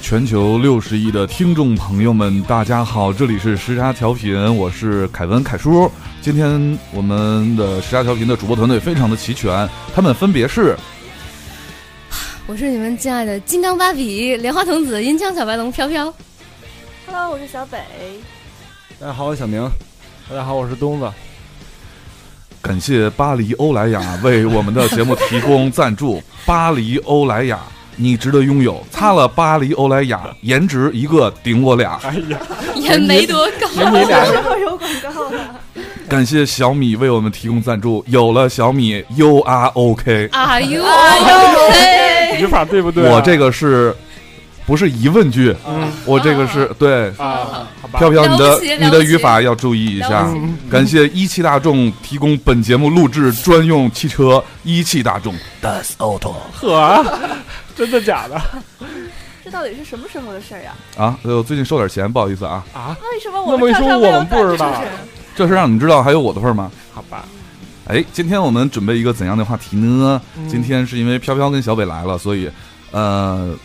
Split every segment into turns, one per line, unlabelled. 全球六十亿的听众朋友们，大家好，这里是时差调频，我是凯文凯叔。今天我们的时差调频的主播团队非常的齐全，他们分别是
我是你们敬爱的金刚芭比、莲花童子、银枪小白龙、飘飘。
Hello，我是小北。
大家好，我是小明。大家好，我是东子。
感谢巴黎欧莱雅为我们的节目提供赞助。巴黎欧莱雅，你值得拥有。擦了巴黎欧莱雅，颜值一个顶我俩。
哎呀，
也没多高，
你俩
什么有广告啊？
感谢小米为我们提供赞助。有了小米，U 啊 R O K。
Are you OK？
语法对不对啊、
我这个是不是疑问句？
嗯
我这个是对。
啊，好吧，
飘飘，你
了
的
不起了
你的
不起
语法要注意一下
了不。
嗯
感谢一汽大众提供本节目录制专用汽车，一汽大众。Das Auto
呵、啊，真的假的
这到底是什么时候的事儿啊？
啊，呃，最近收点钱，不好意思啊。
啊？
为什么我
那么
们
一
上
说
上
我
没有
们不
赶
知道
是是
这是让你们知道还有我的份儿吗？
好吧，
哎，今天我们准备一个怎样的话题呢？
嗯
今天是因为飘飘跟小北来了，所以，呃，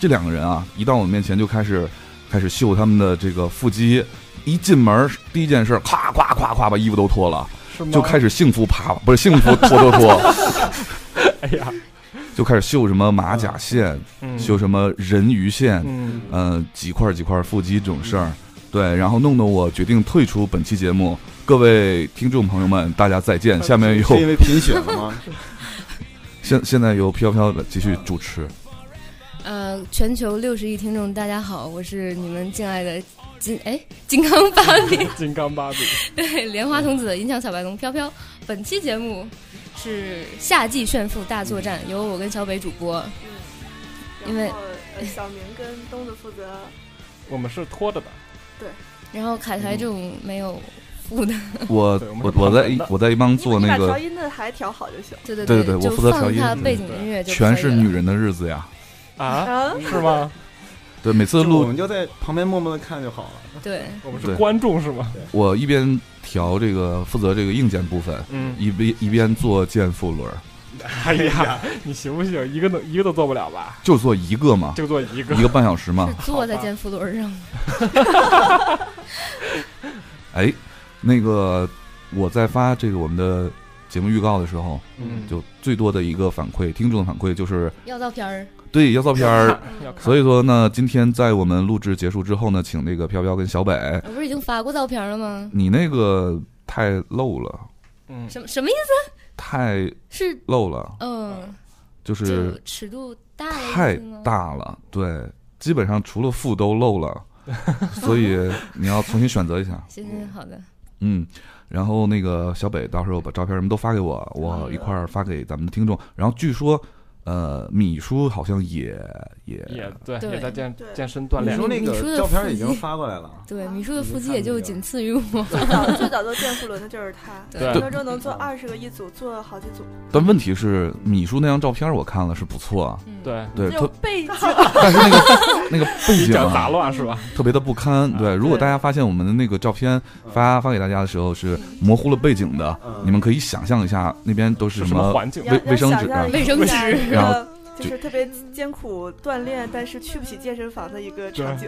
这两个人啊，一到我们面前就开始开始秀他们的这个腹肌，一进门第一件事，咵咵咵咵把衣服都脱了，
是吗？
就开，始幸福爬，不是幸福脱脱 脱，
哎呀，
就开始秀什么马甲线，
嗯
秀什么人鱼线，
嗯，
呃，几块几块腹肌这种事儿，对，然后弄得我决定退出本期节目。各位听众朋友们，大家再见。下面
是因
由
为贫血了吗？
现现在由飘飘继续主持。
呃，全球六十亿听众，大家好，我是你们敬爱的金哎金刚芭比，
金刚芭比，
对，莲花童子、银枪小白龙、飘飘。本期节目是夏季炫富大作战，由我跟小北主播。
然后
嗯因为
呃小明跟东子负责，
我们是拖着的，
然后凯凯这种没有富的，
我
对我们
我
是
我
跑
在
男
一
的
我在一帮做
你把
那
调
个
音的还调好就行。
对对
对对
对
我
就
负责调
放
音
嗯
他背景音乐就可以
全是
了
女人的日子呀。
啊，
啊，
是吗？
对，每次
就我
录
们就在旁边默默的看就好了。
对。
我们
对
是观众是吗？
我一边调这个负责这个硬件部分，
嗯，
一边一边做健腹轮儿，
哎呀，你行不行？一个都一个都做不了吧？
就做一个嘛，
就做一个
一，个半小 时嘛
是。坐在健腹轮上吗，
哎，那个我在发这个我们的节目预告的时候，
嗯，
就最多的一个反馈，听众的反馈就是
要照片儿。
对要照 片儿。
要看，
所以说呢，今天在我们录制结束之后呢，请那个飘飘跟小北，
我不是已经发过照片了吗？
你那个太露了，
嗯，
什么什么意思？
太
是
露了。
嗯，
就是
就尺度大的
太
意思吗？
大了，对，基本上除了腹都 露了，所以你要重新选择一下，
行行，好的，
嗯。然后那个小北，到时候把照片什么都发给我，我一块儿发给咱们的听众。然后据说，呃，米叔好像也也
也对，
对
也在 健
对
健身锻
你
炼
嗯
说那
你说
个
的
照
腹
片
肌
已经发过来了，
对，
啊
米叔的
你
腹
就
肌
看
也
那
就
个
仅次于我。
最早最早做健腹轮的就是他，
对
一周就能做二十个一组，做了好几组，
但问题是，米叔那张照片我看了是不错啊，
嗯，
对，
对，
有
特
背景。
但是那个那个背
比
景
较杂
啊，
乱是吧？
特别的不堪。对，如果大家发现我们的那个照片发发给大家的时候是模糊了背景的，
嗯
你们可以想象一下那边都是
是
什
什么
么
环境？
你要
卫卫生纸啊
要想象一下
卫生纸
一
然后
个就是特别艰苦锻炼，但是去不起健身房的一个场景。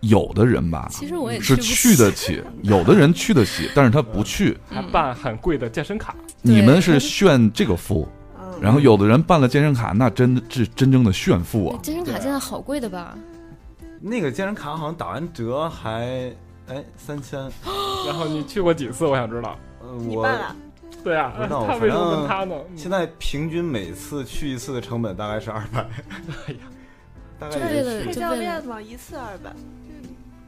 有的人吧，
其实我也
是
不
去得起，有的人去得 起，但是他不去。
还办很贵的健身卡，
对
你们是炫这个富，
嗯，
然后有的人办了健身卡，那真是真正的炫富
哎
啊！
健身卡现在好贵的吧？
那个健身卡好像打完折还哎三千，
然后你去过几次？我想知道。
呃，
你
我
办了？
对啊，
不知道
他为什么问他呢？
现在平均每次去一次的成本大概是二百，
哎呀，
大
就
概
为
也
了
配
去
就
教练嘛，一次二百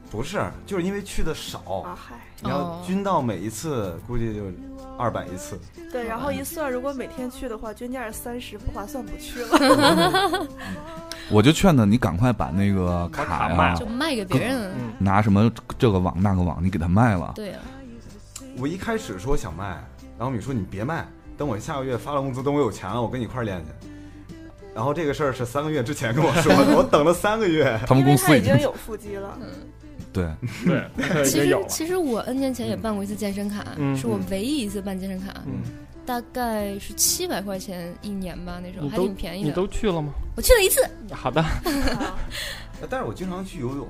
不是，就是因为去的
哦
少，
啊，嗨，
哦
然后均到每一次估计就二百一次，
对，然后一算，如果每天去的话，均价是三十，不划算，不去了。
我就劝他，你赶快把那个
把
卡
卡
呀、
卖了
就卖给别人。
嗯，
拿什么这个网那个网，你给他卖了。
对啊，
我一开始说想卖，然后你说你别卖，等我下个月发了工资，等我有钱了，我跟你一块儿练去。然后这个事儿是三个月之前跟我说的，我等了三个月。
他们
因为
公司
他
已
已
经
经有腹肌了，
对，
对，他已
嗯其
经有
实
了。
其实我 N 年前也办过一次健身卡，
嗯
是我唯一一次办健身卡，
嗯，
大概是七百块钱一年吧，那种
你
还
都
挺便宜
你
的。
都去了吗？
我去了一次，
好的，
啊
呃但是我经常去游泳，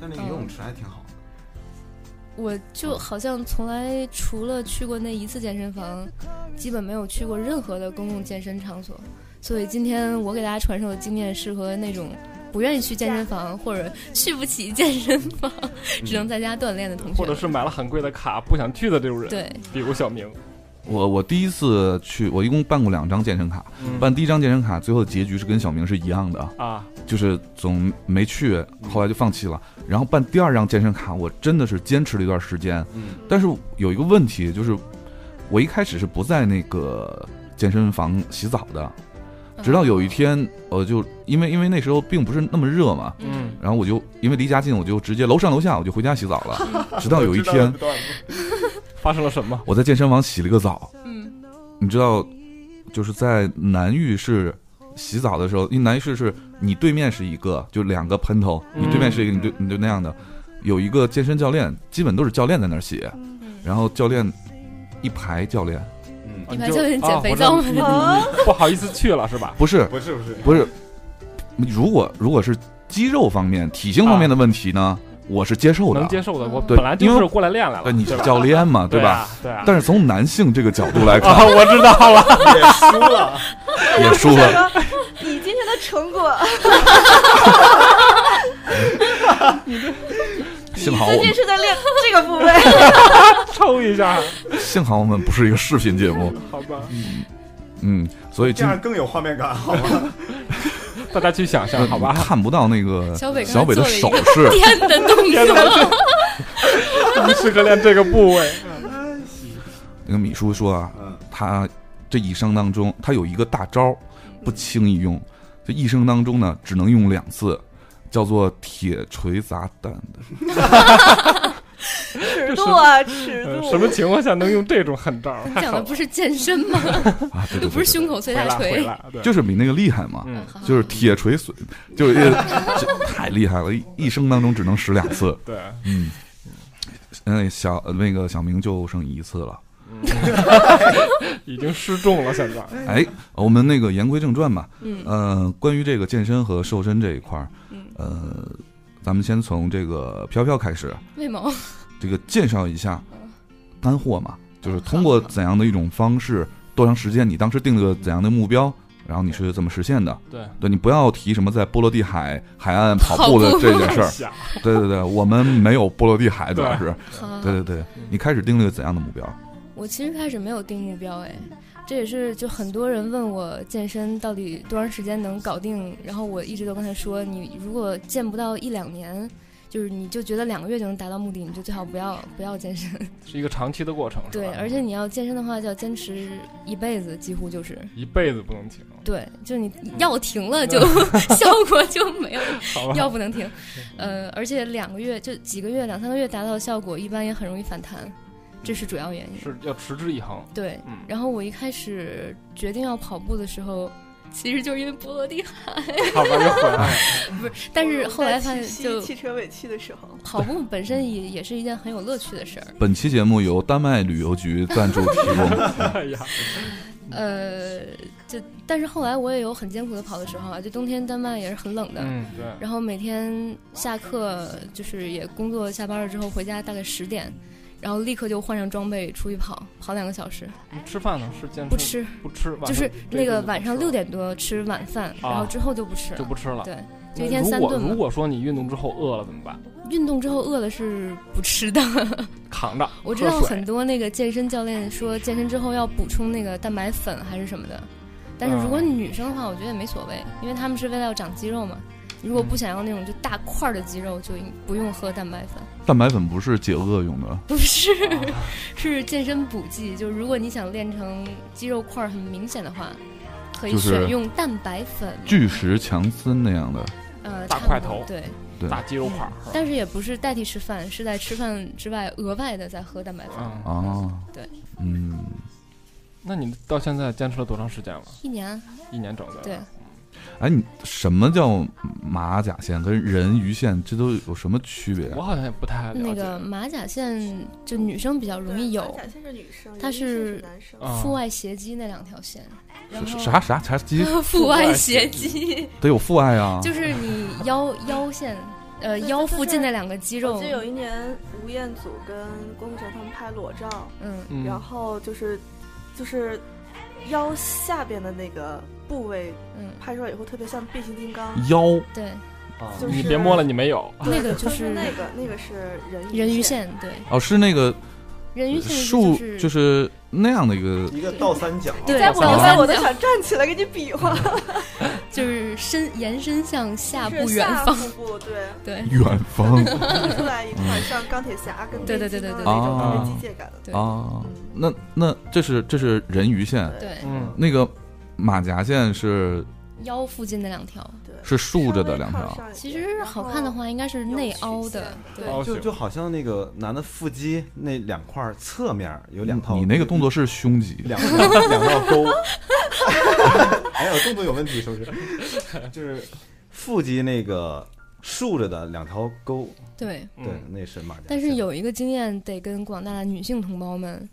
但那个游泳池还挺好的。
我就好像从来除了去过那一次健身房，基本没有去过任何的公共健身场所。所以今天我给大家传授的经验适合那种不愿意去健身房或者去不起健身房，
嗯
只能在家锻炼的同学
或者
们。
是买了很贵的卡不想去的这种人，
对，
比如小明，
我我第一次去，我一共办过两张健身卡，
嗯
办第一张健身卡最后的结局是跟小明是一样的啊，
啊，
就是总没去，后来就放弃了。然后办第二张健身卡，我真的是坚持了一段时间，
嗯，
但是有一个问题就是，我一开始是不在那个健身房洗澡的，直到有一天，我就因为因为那时候并不是那么热嘛，
嗯，
然后我就因为离家近，我就直接楼上楼下我就回家洗澡
嗯
了。直到 有一天，
发生了什么？
我在健身房洗了个澡，
嗯，
你知道，就是在男浴室洗澡的时候，因为男浴室是你对面是一个，就两个喷头，
嗯
你对面是一个，你对你就那样的，有一个健身教练，基本都是教练在那儿洗，
嗯
然后教练一排教练，
嗯，
一
你
般
就
教练
啊
减肥
我知道
皂吗
你你你不好意思去了是吧？
不是
不是不是，
不是，如果如果是肌肉方面、体型方面的问题呢，我是接受
啊能
的，
接受的，我
对
本来就
因
是
为
过来练来了，
对，你
对
是
吧？
教练嘛，
对
吧？
啊？对啊。
但是从男性这个角度来看，
啊，我知道了，
也输 了。
也输
我
了。
说你今天的成 果，
幸好
最
我
近
们
是在练这个部位。
抽一下，
幸好我们不是一个视频节目，
好吧，
嗯，所以
这
今
样更有画面感，好吗？
大家去想象，好吧？
看不到那个
小北刚才
小北的
做了一
手
个
势，
天的动作。
你适合练这个部位，
那个米叔说啊，
嗯，
他这一生当中，他有一个大招儿，
嗯
不轻易用，这一生当中呢，只能用两次，叫做铁锤砸蛋的。
尺度啊，尺
呃
度！
什么情况下能用这种狠招？
你讲的不是健身吗？
啊，对
又
对
不是
对
胸口碎
回
大
来回
锤。
来，对，
就是比那个厉害嘛，
嗯，
好
就是铁锤损，就是这太厉害了，一一生当中只能使两次。
对，
嗯，嗯，小那个小明就剩一次了。
已经失重了，现在
哎，我们那个言归正传吧，
嗯
呃，关于这个健身和瘦身这一块儿，
嗯，
呃，咱们先从这个飘飘开始，
为 毛？
这个介绍一下
嗯
干货嘛，就是通过怎样的一种方式，多长时间，你当时定了个怎样的目标，然后你是怎么实现的？
对，
对你不要提什么在波罗的海海岸跑步的
跑步
这件 事儿，
瞎
对对对，我们没有波罗的海，主要
对
是，
好好好
对对对，你开始定了个怎样的目标？
我其实开始没有定目标，哎，这也是就很多人问我健身到底多长时间能搞定，然后我一直都跟他说，你如果健不到一两年，就是你就觉得两个月就能达到目的，你就最好不要不要健身。
是一个长期的过程，是
对
吧，
而且你要健身的话，就要坚持一辈子，几乎就是
一辈子不能停，
对，就是你要停了 就效果就没有了。
好吧？
药不能停，呃，而且两个月就几个月、两三个月达到的效果，一般也很容易反弹，这是主要原因。
是要持之以恒，
对，
嗯，
然后我一开始决定要跑步的时候，其实就是因为波罗的海，
好吧，又回来 了，
但是后来发现
在七夕
就
汽车尾气的时候，
跑步本身也也是一件很有乐趣的事儿。
本期节目由丹麦旅游局赞助提 供。
哎呀，
呃，就但是后来我也有很艰苦的跑的时候啊，就冬天丹麦也是很冷的。
嗯，对，
然后每天下课就是也工作下班了之后回家大概十点，然后立刻就换上装备出去跑，跑两个小时，
你吃饭呢？是健
哎不
身
吃，
不吃，晚上
就是
这
那
顿
个
就不
晚上
吃
六
了啊
点多吃晚饭，然后之后就不吃了，
就不吃了。
对，就
那
一天三
如果
顿
如
嘛。
果说你运动之后饿了怎么办？
运动之后饿了是不吃的，
扛着，
我知
喝
道
水
很多那个健身教练说健身之后要补充那个蛋白粉还是什么的，但是如果
嗯
女生的话，我觉得也没所谓，因为她们是为了要长肌肉嘛。如果
嗯
不想要那种就大块儿的肌肉，就不用喝蛋白粉。
蛋白粉不是解饿用的，
不是，
啊
是健身补剂。就如果你想练成肌肉块儿很明显的话，可以
就是
选用蛋白粉，
巨石强森那样的。
呃，
大
差不
块
多
头
对，
对
大肌肉块儿是吧？
但是也不是代替吃饭，是在吃饭之外额外的再喝蛋白粉。
嗯，
啊，
对，
嗯，
那你到现在坚持了多长时间了？
一年
一年整的。
对，
哎，你什么叫马甲线跟人鱼线，这都有什么区别啊？
我好像也不太了
那
解。
个马甲线就女生比较容易有
马甲线是女生，
它
人鱼线
是
是男生。
啊
腹外斜肌那两条线，然
嗯是
后
啥啥啥肌
腹
外
外
斜
斜
肌
肌
得有父爱啊，
就是你腰腰线，呃
对对
腰
就
附近
是
那两个肌
我
肉
记得，有一年吴彦祖跟郭富城他们拍裸照，
嗯，
嗯
然后就是就是腰下边的那个部位
嗯，
拍出来以后，特别像变形金刚。
腰
对，
啊
就是
你别摸了，你没有。
那个就
但是
是
那个那个是人
人鱼
线，
线，对，
哦，是那个
人鱼线
竖
是
就是是那样的一个
一个倒三角，
对
再不
倒
明
三
白哎我都
角
想站起来给你比划。
就是伸延伸向下
是
部远
下
方，
腹部对，
对
远方
凸出来一块，像钢铁侠跟
对对
变
对
形金刚的
对对
那种
对
特别
对
机械感的。
对
啊
嗯。
那那这是这是人鱼线，
对
嗯，
那个马甲线是
腰附近那两条。
对，
是竖着的两
稍微靠
条，
上一
其
点
实好看的，话，应该是内凹
有
的
曲，线
对
对
凹
就
形
就好像那个男的腹肌那两块儿侧面儿有两套，
你那个动作是胸肌，
两两道沟，哎，我动作有问题是不是？ 就是腹肌那个竖着的两条沟，
对。
嗯
对，那是马甲线。
但是有一个经验得跟广大的女性同胞们，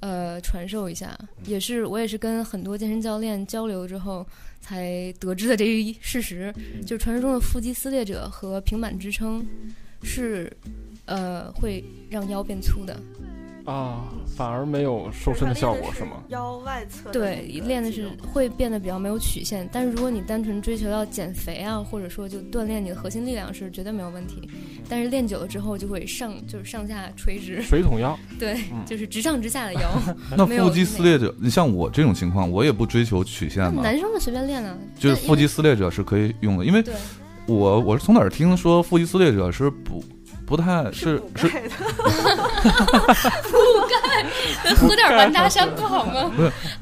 呃，传授一
嗯
下，也是我也是跟很多健身教练交流之后才得知的这一事实，
嗯
就传说中的腹肌撕裂者和平板支撑是，呃，会让腰变粗的。
啊，反而没有瘦身的效果是 吗？
腰外侧的
对，
那个
练的
肌
是
肉
会变得比较没有曲线，但是如果你单纯追求要减肥啊，或者说就锻炼你的核心力量是绝对没有问题，但是练久了之后就会上就是上下垂直，
水桶腰，嗯
对，就是直上直下的腰。
嗯那
没有
腹肌撕裂者，你像我这种情况，我也不追求曲
那
线嘛，
男生们随便练啊，
就是
但
腹肌
因
撕裂者是可以用的，因为
为对
我我是从哪儿听说腹肌撕裂者是不不太是
补
是
钙的，
喝点完达山不好吗？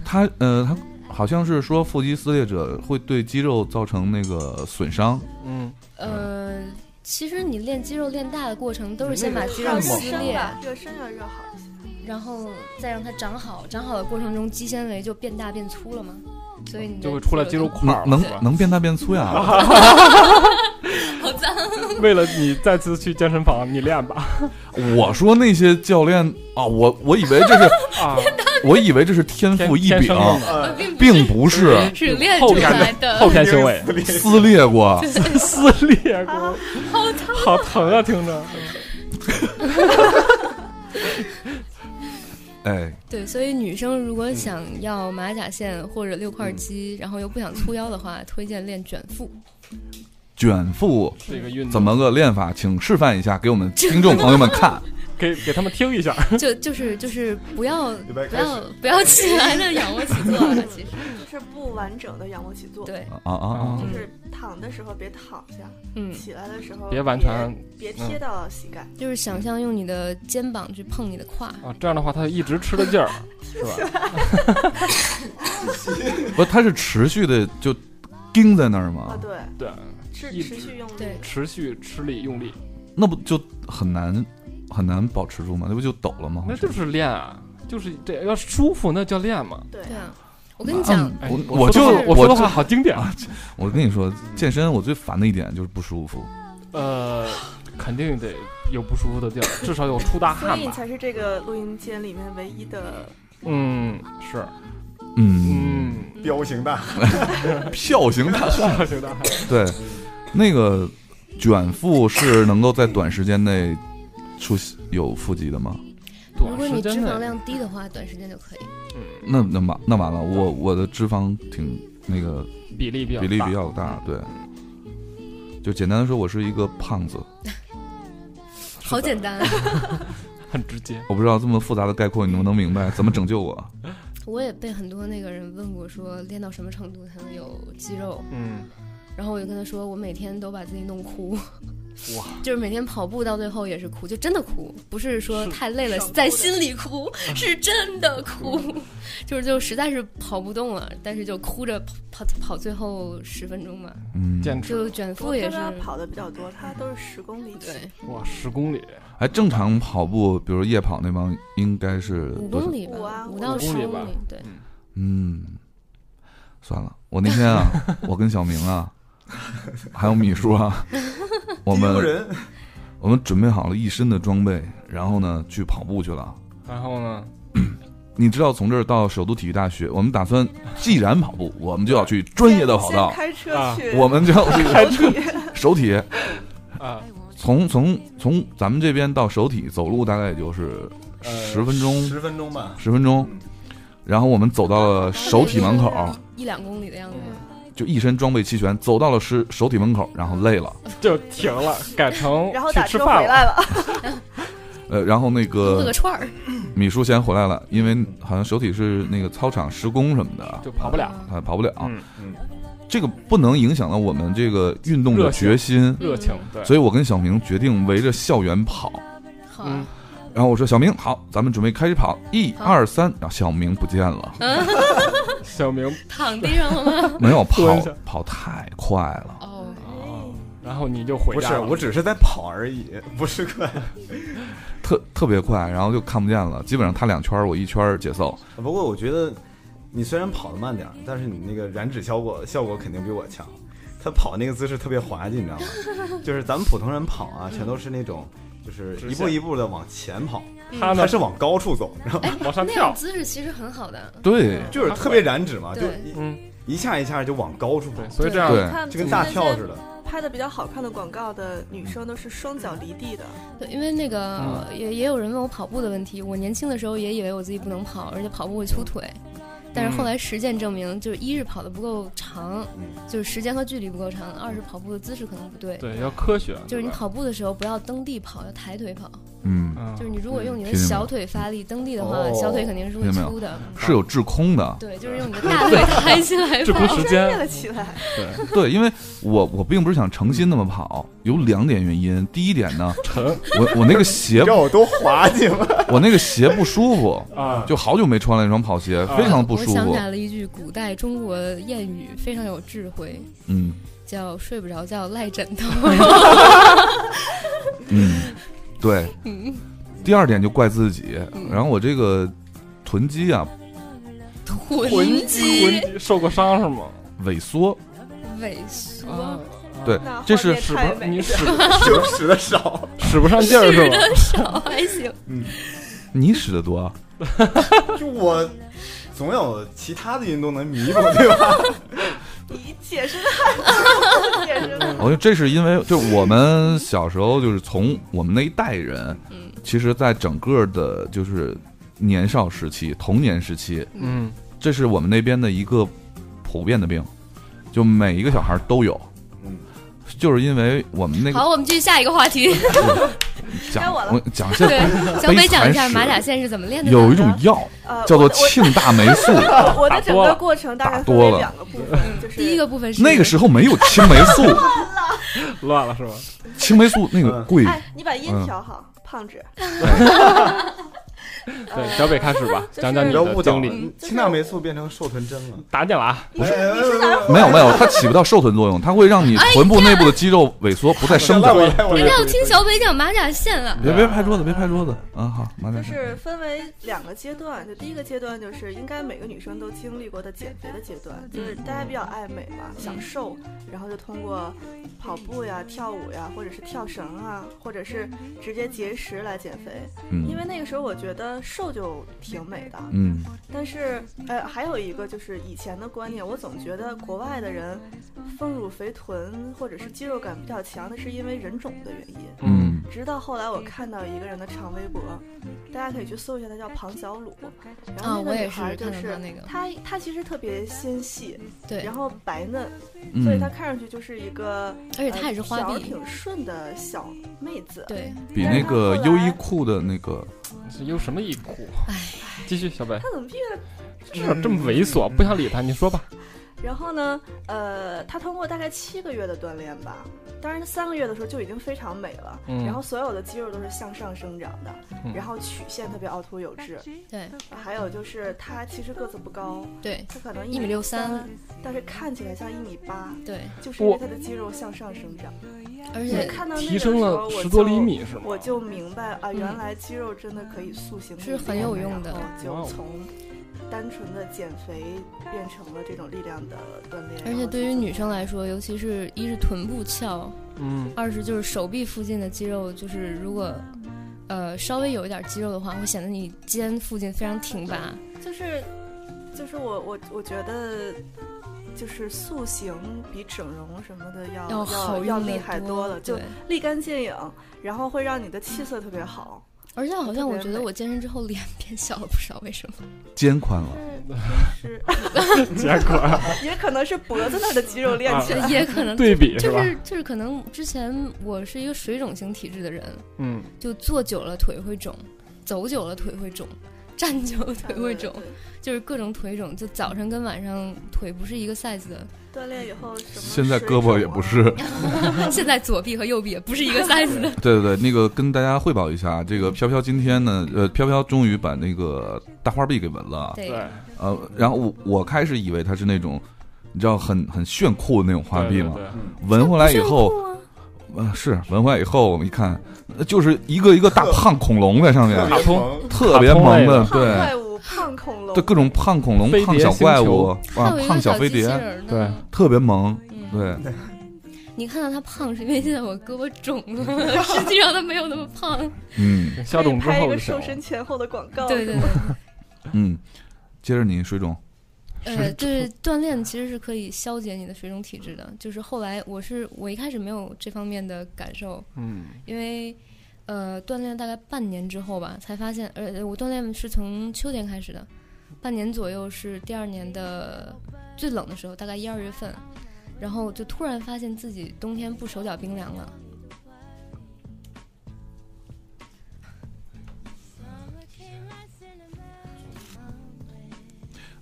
他呃他好像是说腹肌撕裂者会对肌肉造成那个损伤，
嗯，
呃，其实你练肌肉练大的过程都是
你
先
那
把
个
肌
汗
肉
毛
撕
热身
裂，
吧，热身要热好一些。
然后再让它长好，长好的过程中肌纤维就变大变粗了嘛，所以你
就
的
会出来
肉
肌肉
就
块儿
能
了是吧
能能变大变粗呀。
好脏。
为了你再次去健身房，你练吧。
我说那些教练啊，我我以为这是
啊，
我以为这是天
天
赋异
天
禀啊
生，用的，
并不是
是练
后
出
天
来的，
后天行为
撕裂过。
撕裂过，好疼啊！听着，
哎，
对，所以女生如果想要马甲线或者六
嗯
块肌，然后又不想粗腰的话，推荐练卷腹。
卷腹
这个运动
怎么个练法？请示范一下，给我们听众朋友们看。
给给他们听一下？
就就是就是不要
预备
不
开始
要不要起来的仰卧起坐了，其实
就是不完整的仰卧起坐，
对，
啊啊
嗯
啊！
就是躺的时候别躺下，
嗯，
起来的时候
别完全嗯
别贴到膝盖，
就是想象用你的肩膀去碰你的胯，
啊，这样的话他一直吃的劲儿，是吧？
不，它是持续的就钉在那儿
啊
吗？
对，
对，
是
一
持
直
续用力。
对
持续吃力用力，
那不就很难很难保持住吗？那不就抖了吗？
那就是练啊，就是这要舒服那叫练嘛。
对
对啊，我跟你讲
嗯，
哎
我
我
就
说的我
我
说的
就
话好经典啊。
我跟你说，健身我最烦的一点就是不舒服。
呃，肯定得有不舒服的地 儿，至少有出大
所
汗
以你
吧。
才是这个录音间里面唯一的
嗯，是，
嗯，
嗯，
彪形大
票型大
是啊有大汗。
对，那个卷腹是能够在短时间内出有腹肌的吗？
如
短
果
时
你脂
间
肪
内，
量低的话，短时间就可以。
嗯，
那那完那完了，我我的脂肪挺那个
比例比较
比例
大
比较大，对。就简单的说，我是一个胖子，
好简单啊，
很直接。
我不知道这么复杂的概括你能不能明白，怎么拯救我？
我也被很多那个人问过，说练到什么程度才能有肌肉？
嗯，
然后我就跟他说，我每天都把自己弄哭，
哇，
就是每天跑步到最后也是哭，就真的哭，不是说
是
太累了
爽哭的
在心里哭，
嗯
是真的哭，就是就实在是跑不动了，但是就哭着跑跑跑最后十分钟吧，
嗯，
坚
就
持
卷
我
腹也
跟
是
他跑的比较多，他都是十公里起，
对
哇，十公里，
哎，正常跑步，比如夜跑那帮，应该是
五
多少
公里
五
吧
啊，
五到
五
十
公里
公
吧
里，对，
嗯，算了，我那天啊，我跟小明啊，还有秘书啊，我
丢
们
人，
我们准备好了一身的装备，然后呢去跑步去了。
然后 呢，
你知道从这儿到首都体育大学，我们打算既然跑步，我们就要去专业的跑道
先，开车
啊
去，
我们就要去
楼体
首体。
啊，
从从从咱们这边到首体走路大概也就是
呃
十分钟，
十分钟吧。
十分钟。然后我们走到了首体门口，
一两公里的样子。
就一身装备齐全，走到了是首体门口，然后累了，
就停了，改 成
然后
嗯去
打
吃
车
饭
回
了。
来了，
呃，然后那
饿
个
个串儿，
米叔先回来了，因为好像首体是那个操场施工什么的，
就跑不了
啊，跑不了。
嗯
嗯
这个不能影响到我们这个运动的决心，
热情，对，
所以我跟小明决定围着校园跑。
好
嗯
啊，，
然后我说：“小明，好，咱们准备开始跑，一
好
二三。”然后小明不见了，
小明，
躺地上了吗？
没有跑
蹲下，
跑太快了。
哦，
哦 然后你就回
不
家
是，
了。
我只是在跑而已， 不是快。
特特别快，然后就看不见了。基本上他两圈儿，我一圈儿解搜。
不过我觉得，你虽然跑得慢点儿，但是你那个燃脂效果效果肯定比我强。他跑那个姿势特别滑稽，你知道吗？就是咱们普通人跑啊，全都是那种就是
直
一步
线
一步的往前跑，
他
他
呢
是往高处走，然后
哎
往上
那种
跳，
姿势其实很好的，
对，
就是特别燃脂嘛，就
对
一
嗯，
一下一下就往高处跑
对，，所以这样
对
看
就跟大跳似
的。
的。
拍的比较好看的广告的女生都是双脚离地的，
对，因为那个、
嗯
也也有人问我跑步的问题，我年轻的时候也以为我自己不能跑，而且跑步会粗腿。但
嗯
是后来实践证明，就是一是跑得不够长，
嗯
就是时间和距离不够长；二是跑步的姿势可能不对，
对要科学，啊
就是你
对吧，
跑步的时候不要蹬地跑，要抬腿跑。
嗯，
嗯
就是你如果用你的
听见没有
小腿发力蹬地的话，
哦
小腿肯定是会
听见没有
粗的。
是有制空的。
对，就是用你的大腿抬起来
这
跑
不。时
专 业了
间，
起来。
对，
对，因为我我并不是想诚心那么跑，有两点原因。第一点呢，
沉
我我那个鞋
你知，道我多滑稽吗？
我那个鞋不舒服，
啊，
就好久没穿了那双跑鞋，
啊
非常不
我
舒
想
服
起。来了一句古代中国谚语，非常有智慧，
嗯
叫“睡不着觉赖枕 头”。
嗯，对。
嗯
第二点就怪自己，
嗯
然后我这个臀肌啊
臀
魂
肌
肌受过伤是吗？
萎缩，
萎缩，
啊，
对
那画
这是
面
使
太
不
美
你
了，
使
就使的 少，嗯
使不上劲儿是吧？
少还行。
你使得多，
就我总有其他的运动能弥补，对吧？
你解释 的，解释的。
我觉得哦这是因为，就我们小时候，就是从我们那一代人，
嗯
其实，在整个的，就是年少时期、童年时期，
嗯，
这是我们那边的一个普遍的病，就每一个小孩都有，
嗯，
就是因为我们那个嗯
好，我们继续下一个话题。
讲
该我了
讲些
对，小北讲一下
非常实
马甲线是怎么练的呢。
有一种药
呃，
叫
我
做
的我
沁大霉素，
我
打
的整
多
个
了
过程大概
打
分
多了
为两个部分，就是
第一个部分是
那个时候没有青霉素，
乱了是吧？
青霉素那个贵，
哎，你把音
嗯
调好，胖 子。
对，小北开始吧，
就是
讲讲你
不要
的
误导
经
了
历。
嗯就是
青大霉素变成瘦臀针了。哎
打你了啊！
你是你 是哪儿
没有没有， 它起不到瘦臀作用，它会让你臀部内部的肌肉萎缩，不再生
来哎
长。
我来我
人
来
家，要哎听小北讲马甲线了。
别别拍桌子，别拍桌子啊！好，马甲
就
线。
是分为两个阶段，就第一个阶段就是应该每个女生都经历过的减肥的阶段，就是大家比较爱美嘛，想瘦，然后就通过跑步呀、跳舞呀，或者是跳绳啊，或者是直接节食来减肥。
嗯
因为那个时候我觉得瘦就挺美的，
嗯
但是呃，还有一个就是以前的观念，我总觉得国外的人丰乳肥臀或者是肌肉感比较强，那是因为人种的原因。
嗯，
直到后来，我看到一个人的长微博，大家可以去搜一下，她叫庞小鲁。然后
啊，
那
我
个女
也
孩
是
就
看到
是
他那个，
她，她其实特别纤细，
对
然，后白嫩，
嗯
所以她看上去就是一个，
而且他也是
呃
花
条
臂，
挺顺的小妹子。
对，
比那个优衣库的那个，
这有什么一哭？
哎
继续，小北，
她怎么变得
这这么猥琐，
嗯
不想理他，你说吧。
然后呢，呃，她通过大概七个月的锻炼吧，当然三个月的时候就已经非常美了，
嗯
然后所有的肌肉都是向上生长的，
嗯
然后曲线特别凹凸有致，
对
还有就是她其实个子不高，
嗯对
她可能
一米六三，
但是看起来像一米八，
对，
就是因为她的肌肉向上生长。
而
就是
且
看到那
提
个时
升
候，
了
我
十
就
多厘，米是吗？
我就明白啊，
嗯
原来肌肉真的可以塑形，
哦
是很有用的
然后就从单纯的减肥变成了这种力量的锻炼。
而
然
且
后
对
去
于
做
女生来说，尤其是一是臀部翘，
嗯，
二是就是手臂附近的肌肉，就是如果呃稍微有一点肌肉的话，会显得你肩附近非常挺拔。
就是就是我我我觉得。就是塑形比整容什么的要要
好用
要
得
厉害
多
了，就
对
立竿见影，然后会让你的气色特别好。
而且好像我觉
特别
得
美
我健身之后脸 变小了不少，为什么？
肩宽了。
嗯是，
结果
也可能是脖子那儿的肌肉练起来。
啊
也可能
对比是
就
吧？
是就是可能之前我是一个水肿型体质的人，
嗯，
就坐久了腿会肿，走久了腿会肿，站久了腿会肿，就是各种腿肿，就早上跟晚上腿不是一个 size 的。
锻炼以 后什么？
现在胳膊也不是，，
现在左臂和右臂也不 是一个 size 的。
对对对，那个跟大家汇报一下，这个
嗯
飘飘今天呢，呃，飘飘终于把那个大花臂给纹了，
对，
对，
呃，然后我我开始以为它是那种，你知道很很炫酷的那种花臂嘛，
对对对
纹回来以后，
炫酷啊
呃，是纹回来以后，我们一看，呃就是一个一个大胖恐龙在上面，
特别
通
萌
特别萌的，
胖怪
对，
物、胖恐龙，
对各种胖恐龙、
飞碟
胖小怪物
还
啊
有一，
胖
个
小
小
飞
机器
碟，
人
对
呢。
特别萌，
嗯，
对，
你看到他胖是因为现在我胳膊肿 了，实际上他没有那么胖。
嗯
对，消
可以
肿之
拍一
后啊
个
就行
瘦
了
身前后的广告。
对对
是吧
对。
嗯，接着你水肿，
呃，就是锻炼其实是可以消解你的水肿体质的。就是后来我是我一开始没有这方面的感受，
嗯，
因为呃锻炼大概半年之后吧，才发现呃我锻炼是从秋天开始的，半年左右是第二年的最冷的时候，大概一二月份，然后就突然发现自己冬天不手脚冰凉了。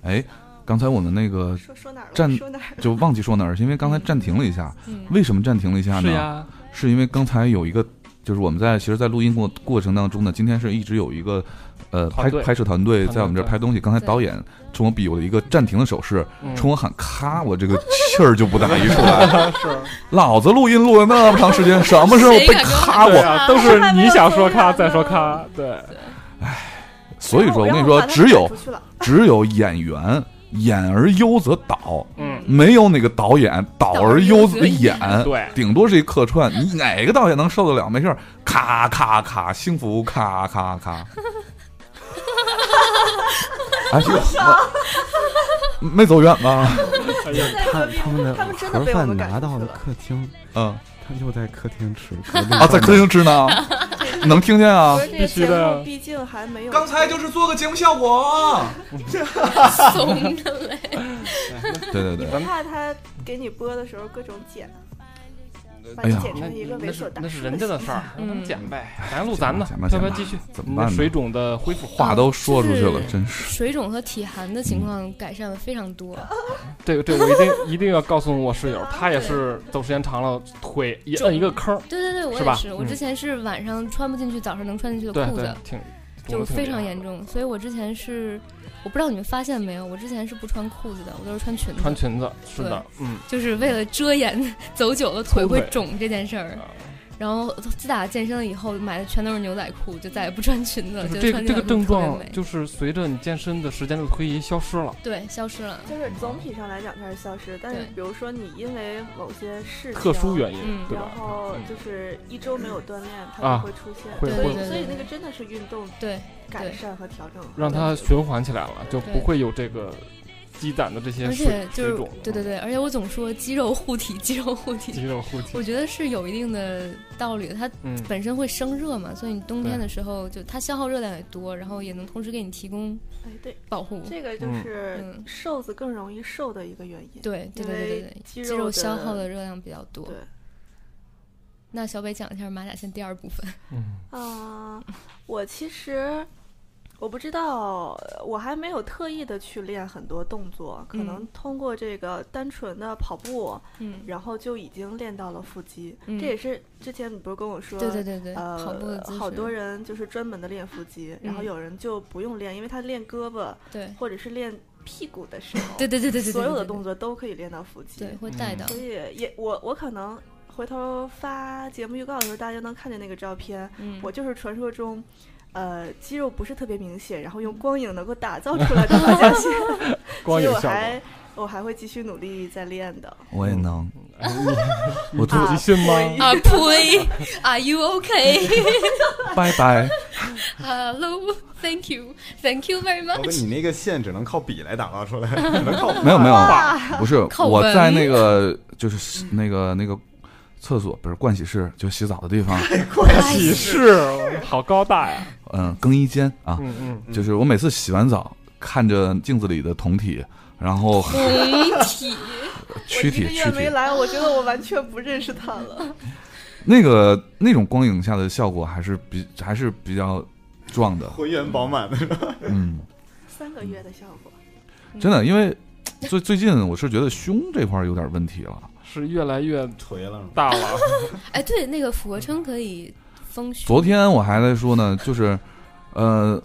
哎，刚才我们那个
说说哪儿了？
站
说哪儿了？
就忘记说哪儿，是因为刚才暂停了一下。
嗯，
为什么暂停了一下呢？
是呀，
是因为刚才有一个，就是我们在其实，在录音过过程当中呢，今天是一直有一个，呃，拍
团队
拍摄团队在我们这儿
团队
拍东西。刚才
对
导演冲我比我的一个暂停的手势，
嗯
冲我喊咔，我这个气儿就不打一处来。 老子录音录了那么长时间，什么时候
谁
被
敢跟我
咔
对
过？
啊，都是你想说咔再说咔，对，
所以说，我
然
跟
后
你
我
说
把，它
只有
赶出去了
只有演员演而优则导，
嗯，
没有哪个导演导而优则演。
对，
顶多是一客串，你哪个导演能受得了？没事儿，咔咔咔，幸福咔咔咔。哎呦，啊我没走远吧？
哎呀
在
他
隔壁
他们的
他们真的
嗯盒
被我
饭
们赶
拿到
出
了
去了。
客厅，
嗯
他就在客厅 吃。
啊，在客厅吃呢，能听见啊
不？是这个
必须
节
的
目，毕竟还没有。
是做个节目效果。
怂着嘞。
对对对，
怕他给你播的时候各种剪，把
哎
你
呀
剪
那
成一个
那
猥琐
是
大
那是
叔
人家的事儿，
嗯
让他们剪呗，咱录咱的
剪吧，
飘
剪
飘
吧
继续，
怎么
你
办
的
呢
水肿的恢复，
话都说出去了
就，是
真是。
水肿和体寒的情况改善了非常 多。
这个这个我一定 一定要告诉我
哦
室友，他也是走时间长了，腿一摁一个坑儿，
对对对，我
是吧
也是。我
嗯
之前是晚上穿不进去，早上能穿进去
对
的裤
对
子，，
挺
就
肿得挺
非常
厉害
严重。所以我之前是，我不知道你们发现没有，我之前是不穿裤子的，我都是穿裙子，
穿裙子，是的，嗯，
就是为了遮掩走久了腿会
腿
肿这件事儿。
啊
然后自打健身了以后，买的全都是牛仔裤，就再也不穿裙子，
就
觉得
是这个
穿牛
这
仔
个
裤
症
特别
状
美。
就是随着你健身的时间的推移消失了，
对，消失了。
就是总体上来讲它是消失，但是
对
比如说你因为某些事情
特殊原因
嗯，
对
然
吧？
后
嗯
就是一周没有锻炼，它
啊
就会出现。
会
对
会
对
所以那个真的是运动
对，
改善和调整，
让它循环起来了，就不
对
会有这个积攒的这些
而
水
且就
水
是
肿了，
对对对，而且我总说肌肉护体，肌肉护体，
肌肉护
我
体，
觉得是有一定的道理的。它
嗯，
本身会生热嘛，所以你冬
对
天的时候就它消耗热量也多，然后也能同时给你提供
哎，对，
保护。
这个就是
嗯
瘦子更容易瘦的一个原因。
对对对
因为
对对对，
肌
肌
肉
肉消
的
耗的热量比较多
对。
那小北讲一下马甲线第二部分，
啊、我其实我不知道，我还没有特意的去练很多动作，可能
嗯
通过这个单纯的跑步，
嗯，
然后就已经练到了腹肌。
嗯
这也是之前你不是跟我说，
对对对对，
呃，
跑步的姿势，
好多人就是专门的练腹肌，然后
嗯
有人就不用练，因为他练胳膊
对
或者是练屁股的 时候，
对对对对对，
所有的动
作
作都可以练到腹肌。
对会带到
所，以也我我可能回头发节目预告的时候，大家能看见那个照片，
嗯，
我就是传说中，呃肌肉不是特别明显，然后用光影能够打造出来的发 际线。
光
其
有
实我
效果。
还我还会继续努力再练的。
我也能，
哎你
我
你
突
自己信吗？
啊呸，Are you okay?
拜
哎
拜。
Hello, thank you, thank you very
老哥，
much.
你那个线只能靠笔来打 造出来，只能靠
没有没有，不是
口
我
吻
在那个就是那个那个厕所，不是盥洗室，就洗澡 的地方，
喜事，好高大呀！
嗯，更衣间啊，
嗯嗯，
就是我每次洗完澡，看着镜子里的酮体，然后
红体，
躯体
我一个
躯
月没
体，
来，我觉得我完全不认识他了。
那个那种光影下的效果还是比还是比较壮的，
浑圆饱满的。
嗯，
三个月的效果，
真的，因为最最近我是觉得胸这块儿有点问题了，
是越来越
颓了，
大了。
哎，对，那个俯卧撑可以丰胸。
昨天我还在说呢，就是，呃，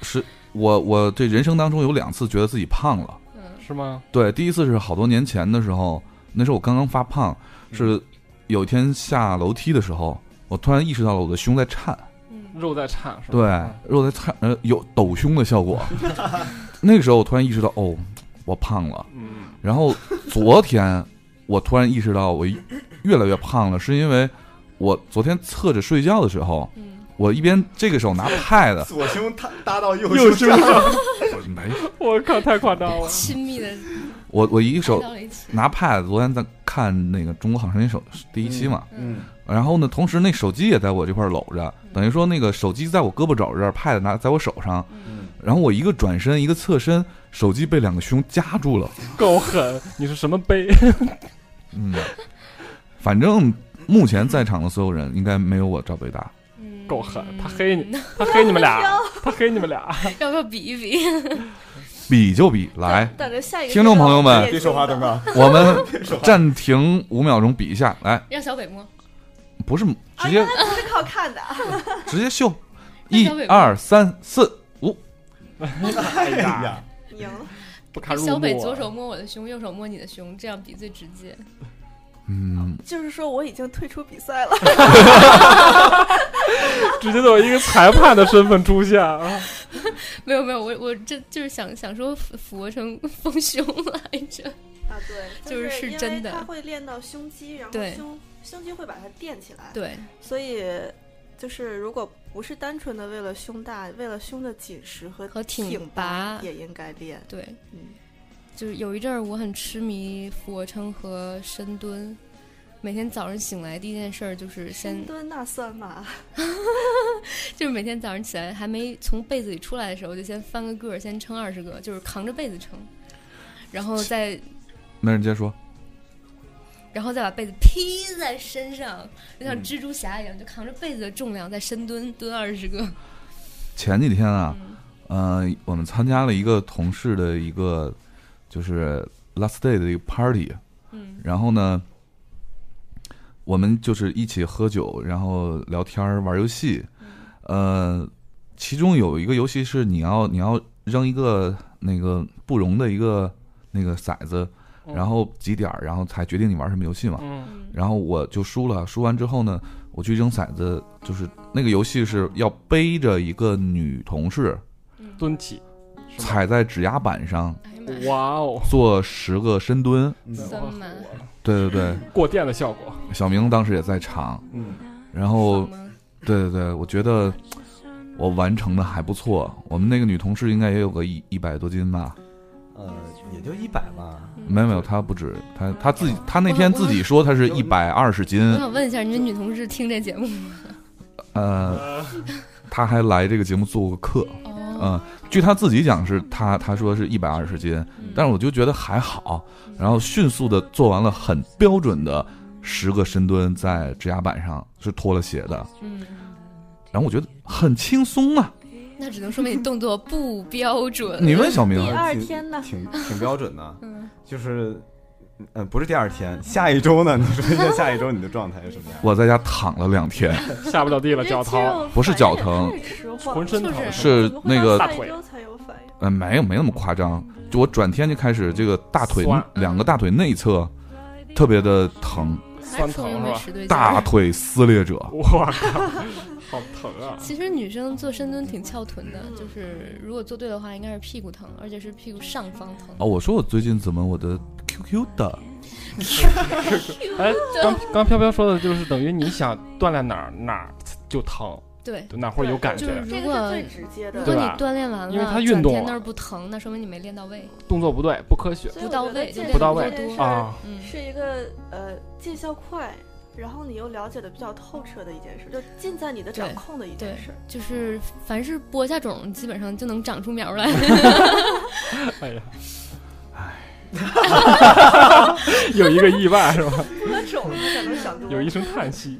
是我我这人生当中有两次觉得自己胖了。
嗯，
是吗？
对，第一次是好多年前的时候，那时候我刚刚发胖，
嗯
是有一天下楼梯的时候，我突然意识到了我的胸在颤，
嗯，
肉在颤是吧？
对，肉在颤，呃，有抖胸的效果。 那个时候我突然意识到，哦，我胖了。
嗯，
然后昨天我突然意识到我越来越胖了，是因为我昨天侧着睡觉的时候，
嗯，
我一边这个手拿 pad，
左胸搭搭到右
右胸
上，
我没，
我靠，太夸张了。
亲密的
我我一
走
手
到了一起。
拿 pad，昨天在看那个《中国好声音》首第一期嘛。
嗯，
然后呢，同时那手机也在我这块搂着，等于说那个手机在我胳膊肘这儿，pad 拿在我手上，
嗯
然后我一个转身，一个侧身，手机被两个胸夹住了。
够狠！你是什么杯？
嗯，反正目前在场的所有人应该没有我赵北大。
嗯
够狠他黑你，他黑你 们俩，他黑你们俩。
要不要比一比？
比就比，来，
等着下一个
听众朋友
阶
们
段我也
别说话，
知
东
道
哥，
我们暂停五秒钟，比一下，来，
让小北摸，
不是直接
不是靠看的啊，
直接秀，
那
一
小北吧
二三四五，
哎呀，
赢了。
不堪
啊
入目。啊
小北左手摸我的胸，右手摸你的胸，这样比最直接。
嗯，
哦就是说我已经退出比赛了，
直接有一个裁判的身份出现啊！
没有没有，我我这就是想想说俯俯卧撑 丰胸来着。
啊，对，
就是是
因为
真的
它会练到胸肌，然后
对
胸胸肌会把它垫起来，
对，
所以就是如果不是单纯的为了胸大，为了胸的紧实和
和挺
挺
拔
也应该练，
对，
嗯，
就是有一阵儿我很痴迷俯卧撑和深蹲，每天早上醒来第一件事儿就是先
深，蹲那算吗？
就是每天早上起来还没从被子里出来的时候，就先翻个个儿，先撑二十个，就是扛着被子撑，然后再
没人接着说，
然后再把被子披在身上，就
嗯
像蜘蛛侠一样，就扛着被子的重量在深蹲蹲二十个。
前几天啊，
嗯
呃，我们参加了一个同事的一个就是 last day 的一个 party，
嗯
然后呢，我们就是一起喝酒，然后聊天儿玩游戏，
嗯
呃，其中有一个游戏是你要你要扔一个那个不溶的一个那个骰子，
嗯
然后几点儿，然后才决定你玩什么游戏嘛。
嗯，
哦嗯
然后我就输了，输完之后呢，我去扔骰子，就是那个游戏是要背着一个女同事，
嗯，
蹲起，是吗
踩在指压板上
哎呀妈呀，
哇哦，
做十个深蹲。
嗯
酸吗？
对对对，
过电的效果，
小明当时也在场，
嗯，
然后
爽吗
对对对，我觉得我完成的还不错。我们那个女同事应该也有个一一百多斤吧？
呃，也就一百吧。
没有没有，她不止，她她自己，她那
我
天
我
自己说她是一百二十
我
斤，
想问一下，你们女同事听这节目吗？
呃，她还来这个节目做过客。
哦，
嗯，据他自己讲是他他说是一百二十斤，但是我就觉得还好，然后迅速的做完了很标准的十个深蹲在指压板上，是脱了鞋的，
嗯，
然后我觉得很轻松啊。
那只能说明你动作不标准。
你问小明啊
第，二天呢？
挺挺标准的，
嗯
就是，呃，不是第二天，下一周呢？你说一下下一周你的状态是什 么样？
我在家躺了两天，
下不了地了，
这
脚
肌
疼，
肉
不是
反
脚
应
疼
太迟缓
浑身
就
疼
是。
是
怎么会
那
到
个
大
下一
腿
周才有反应，
呃，没有没那么夸张，就我转天就开始这个大腿
酸
两个大腿内侧特别的疼，
还
酸啊
是说
疼
明
是
没
吧？
使对劲儿
啊大腿撕裂者，
我靠，好疼 啊！
其实女生做深蹲挺翘臀的，就是如果做对的话，应该是屁股疼，而且是屁股上方疼。
啊，我说我最近怎么我的 QQ 的，
哎，刚刚飘飘说的就是等于你想锻炼哪儿哪儿就疼，
对，
哪会儿有感
就是
觉，
如
这
果
个是最直接
如
的。
果
对
你
吧
锻炼完了，
因为它运
转
动啊
天
了
那儿不疼，那说明你没练到位。
动作不对，不科学
所以我
不到
觉得
位就
健
练
不到
身
位
这件事儿
啊！
嗯，
是一个呃见效快，然后你又了解的比较透彻的一件事，就尽在你的掌
对
控的一
对
件事。
就是凡是播下种，基本上就能长出苗 来。
哎呀，哎，有一个意外是吧？
播种了才能长多。
有一声叹息，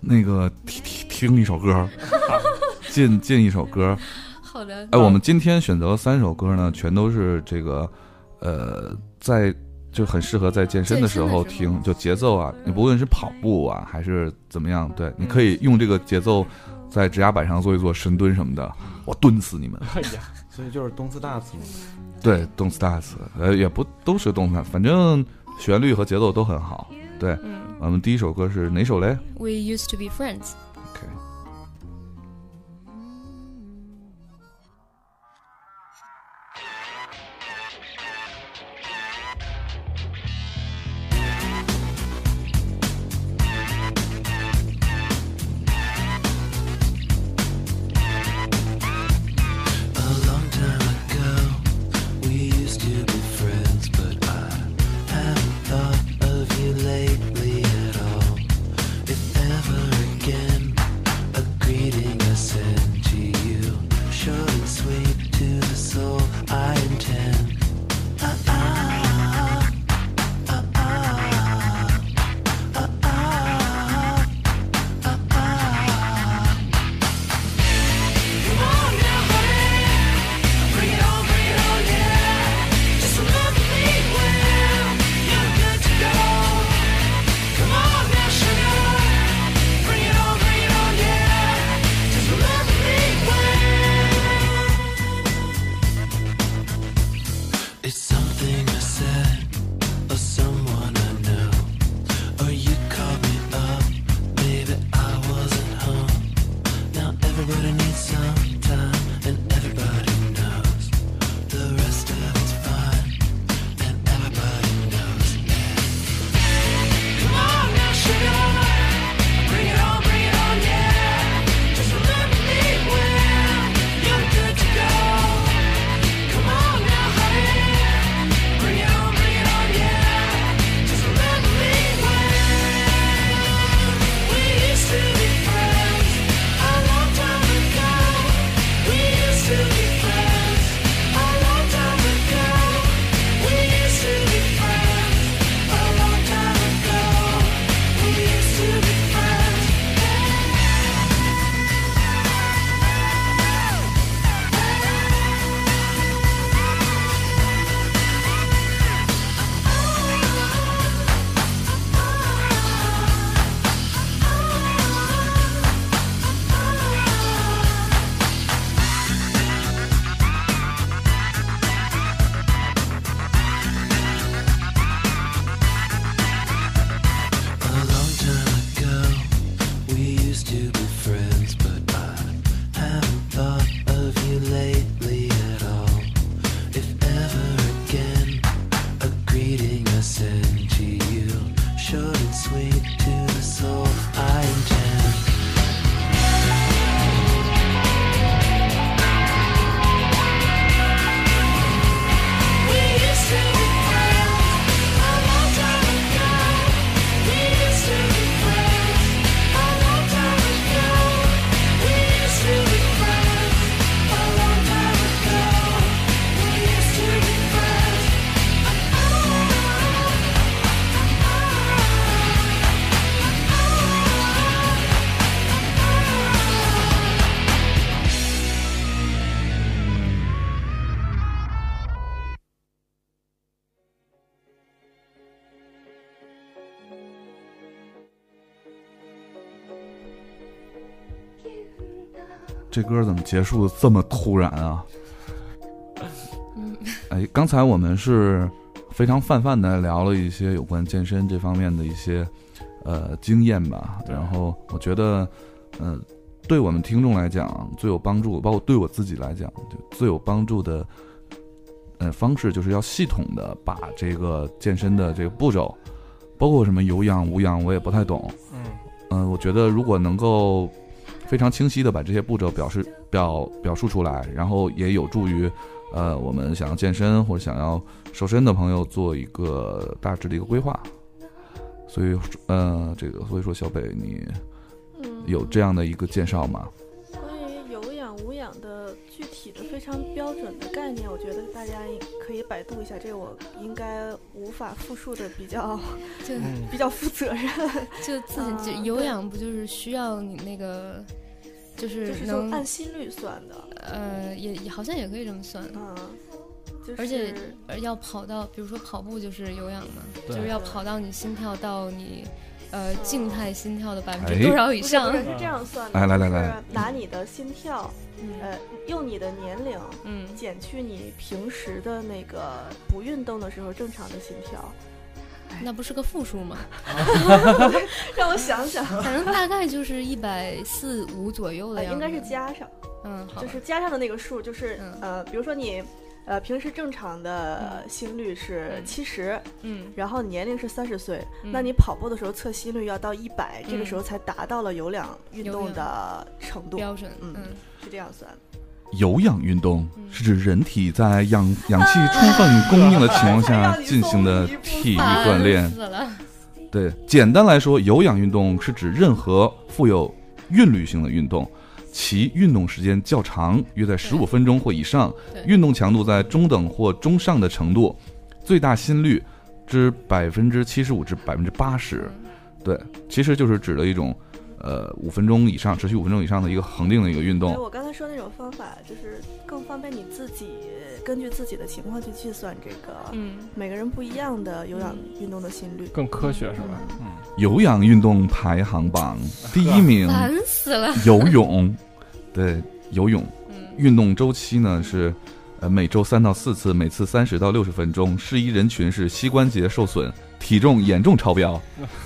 那个听听听一首歌，
啊
进进一首歌。
好的，
哎，我们今天选择了三首歌呢，全都是这个，呃，在就很适合在健身的时
健身的
候
时候
听，就节奏啊，你不论是跑步啊还是怎么样，对，你可以用这个节奏在指压板上做一做深蹲什么的，我蹲死你们。
哎呀，
所以就是东四大组，
对，动次打次，呃，也不都是动次打次，反正旋律和节奏都很好。对，
嗯
我们第一首歌是哪首嘞？
，We used to be friends。
OK。
A long time ago, we used to be friends, but I haven't thought of you lately at all. If ever again, a greeting I send to you, short and sweet to the soul I intend. Ah ah ah ah ah ah ah ah. Come on now, honey, bring it on, bring it on, yeah. Just look at me when you're good to go. Come on now, sugar, bring it on, bring it on, yeah. Just look at me when it's something I said or someone I know, or you called me up, maybe I wasn't home. Now everybody needs some time, and everybody knows the rest of it's fine, and everybody knows that. Come on now, sugar, bring it on, bring it on, yeah. Just remember me when you're good to go. Come on now, honey, bring it on, bring it on, yeah. Just remember me when. We used to be friends a long time ago. We used to be friends a long time ago. We used to be friends a long time ago. We used to be friends. A long time ago, we used to be friends, but I haven't thought of you lately at all. If ever again, a greeting I send to you, short and sweet to the soul I intend. We used to be friends a long time ago. We used to be friends a long time ago. We used to be friends a long time ago. We used to be friends.
you know.
这歌怎么结束的这么突然啊？
嗯，
哎，刚才我们是非常泛泛的聊了一些有关健身这方面的一些呃经验吧，然后我觉得，呃，对我们听众来讲最有帮助，包括对我自己来讲，就最有帮助的，呃，方式就是要系统的把这个健身的这个步骤，包括什么有氧、无氧，我也不太懂。
嗯，
嗯、我觉得如果能够非常清晰的把这些步骤表示表表述出来，然后也有助于，呃，我们想要健身或者想要瘦身的朋友做一个大致的一个规划。所以，呃，这个所以说，小北，你
嗯
有这样的一个介绍吗？
关于有氧无氧的具体的非常标准的概念，我觉得大家也可以百度一下，这个我应该无法复述的比较
就
嗯
比较负 责任，
就自
啊
己就有氧不就是需要你那个，
就
就
是是说
能
按心率算的，
呃也也好像也可以这么算，
嗯，就是
而且而要跑到，比如说跑步就是有氧嘛，就
对
是要跑到你心跳到你呃静态心跳的百分
哎
之多少以
不是
上
不是，是这样算的，
来来来
就是
来
拿你的心跳，
嗯
呃，用你的年龄
嗯
减去你平时的那个不运动的时候正常的心跳，
那不是个负数吗？
让我想想，
反正大概就是一百四五左右的
呃
样子，
应该是加上。
嗯好吧，
就是加上的那个数，就是、
嗯
呃，比如说你呃平时正常的心率是
嗯
七十、
嗯，
然后你年龄是三十岁、
嗯
那你跑步的时候测心率要到一百、这个
嗯
时候才达到了有氧运
有
动
氧
的程度，
标准
嗯
嗯
是这样算的。
有氧运动
嗯
是指人体在氧氧气充分供应的情况下进行的体育锻炼
烦。死了，
对，简单来说，有氧运动是指任何富有韵律性的运动，其运动时间较长，约在十五分钟或以上
对，
运动强度在中等或中上的程度，最大心率之百分之七十五至百分之八十。
嗯
对，其实就是指的一种，呃，五分钟以上，持续五分钟以上的一个恒定的一个运
所以。
动
我刚才说那种方法，就是更方便你自己根据自己的情况去计算这个、
嗯。
每个人不一样的有氧运动的心率。
更科学是吧？嗯，
有氧运动排行榜第一名
烦死了，
游泳，对，游泳
嗯，
运动周期呢是，呃，每周三到四次，每次三十到六十分钟。适宜人群是膝关节受损、体重严重超标、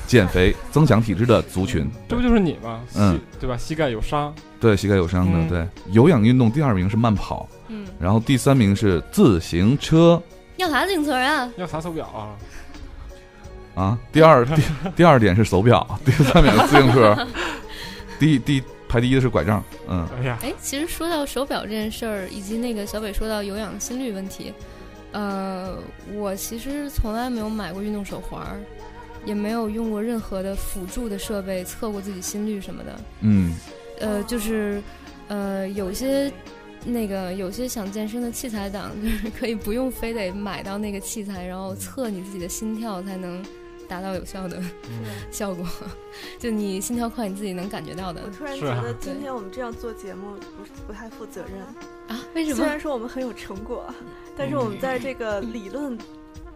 减肥、增强体质的族群。
这不就是你吗？膝
嗯，
对吧？膝盖有伤，
对膝盖有伤的，
嗯
对有氧运动第二名是慢跑，
嗯，
然后第三名是自行车
要啥自行车啊？
要啥手表啊？
啊，第二第第二点是手表，第三点是自行车，第第排第一的是拐杖，嗯。
哎呀，
哎，其实说到手表这件事儿，以及那个小北说到有氧心率问题，呃，我其实从来没有买过运动手环儿，也没有用过任何的辅助的设备测过自己心率什么的。
嗯
呃，就是呃，有些那个有些想健身的器材党，就是可以不用非得买到那个器材，然后测你自己的心跳才能达到有效的效果。 就你心跳快，你自己能感觉到的
我突然
是
觉
啊
得今天我们这样做节目不是不太负责任。
啊？为什
虽
么？嗯
然说我们很有成果，但是我们在这个理论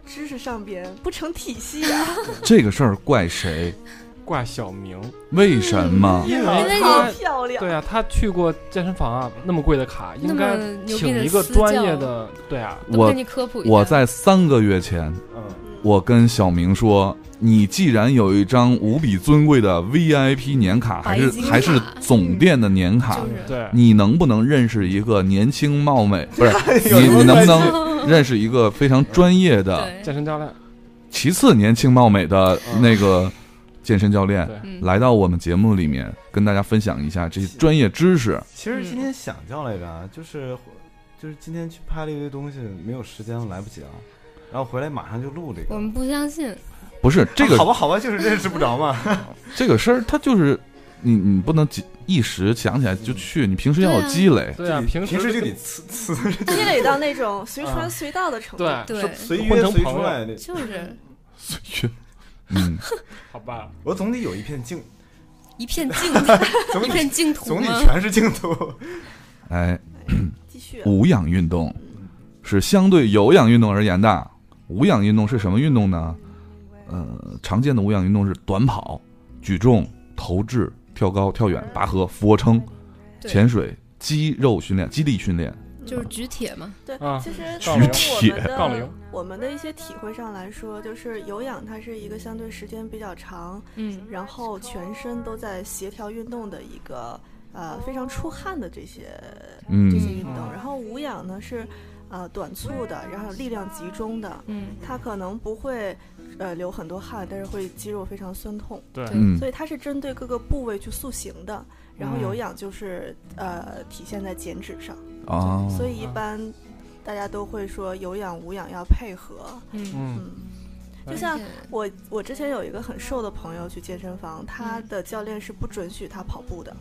知识上边不成体系 啊。
这个事儿怪谁？
怪小明，
为什
啊
么？
因
因
为
为
好
他。
漂亮！
对啊，他去过健身房啊，那么贵的卡，
那么
应该
牛逼
请
的
一个
私
专
教
业的，对啊，
都
我
给你科普一下。
我在三个月前，
嗯，
嗯
我跟小明说，你既然有一张无比尊贵的 VIP 年卡，还是
白金卡嗯
还是总店的年卡
就，是
嗯对，
你能不能认识一个年轻貌美？不是你，
有
你
什么
能不
关系
能认识一个非常专业的、
哎
对，
健身教练，
哦
其次年轻貌美的那个健身教练
对
嗯，
来到我们节目里面，跟大家分享一下这些专业知识？
其实今
嗯
天想叫来着啊，就是就是今天去拍了一堆东西，没有时间来不及啊，然后回来马上就录这个。
我们不相信，
不是这 个
好吧好吧，就是认识不着嘛。
这个事儿，它就是你你不能急一时想起来就去，你平时要有
对啊
积累。
对啊，平
平时
时
就得呲呲，
积累到那种随
啊
传随到的程度。
对，
对，
随
混
约
成
随
朋
出
友
来的。
就是
嗯，
好吧，
我总得有一片净，
一片净土，
总
一
得
片净土
总
吗
得？全是净土。
哎，
继续。
无氧运动是相对有氧运动而言的。无氧运动是什么运动呢？呃，常见的无氧运动是短跑、举重、投掷、跳高、跳远、拔河、俯卧撑、
对
潜水、肌肉训练、肌力训练。
就是举铁嘛，
对
嗯啊，
其实从我
杠铃
们
杠铃
的我们的一些体会上来说，就是有氧它是一个相对时间比较长，
嗯，
然后全身都在协调运动的一个呃非常出汗的这些这些
嗯
运动。然后无氧呢是呃短促的，然后力量集中的，
嗯，
它可能不会呃流很多汗，但是会肌肉非常酸痛，
对
对
嗯
所以它是针对各个部位去塑形的。然后
嗯
有氧就是、呃体现在减脂上，
啊，
所以一般大家都会说有氧无氧要配合。
嗯，
嗯
嗯，
而
就像
而且
我我之前有一个很瘦的朋友去健身房，他的教练是不准许他跑步的，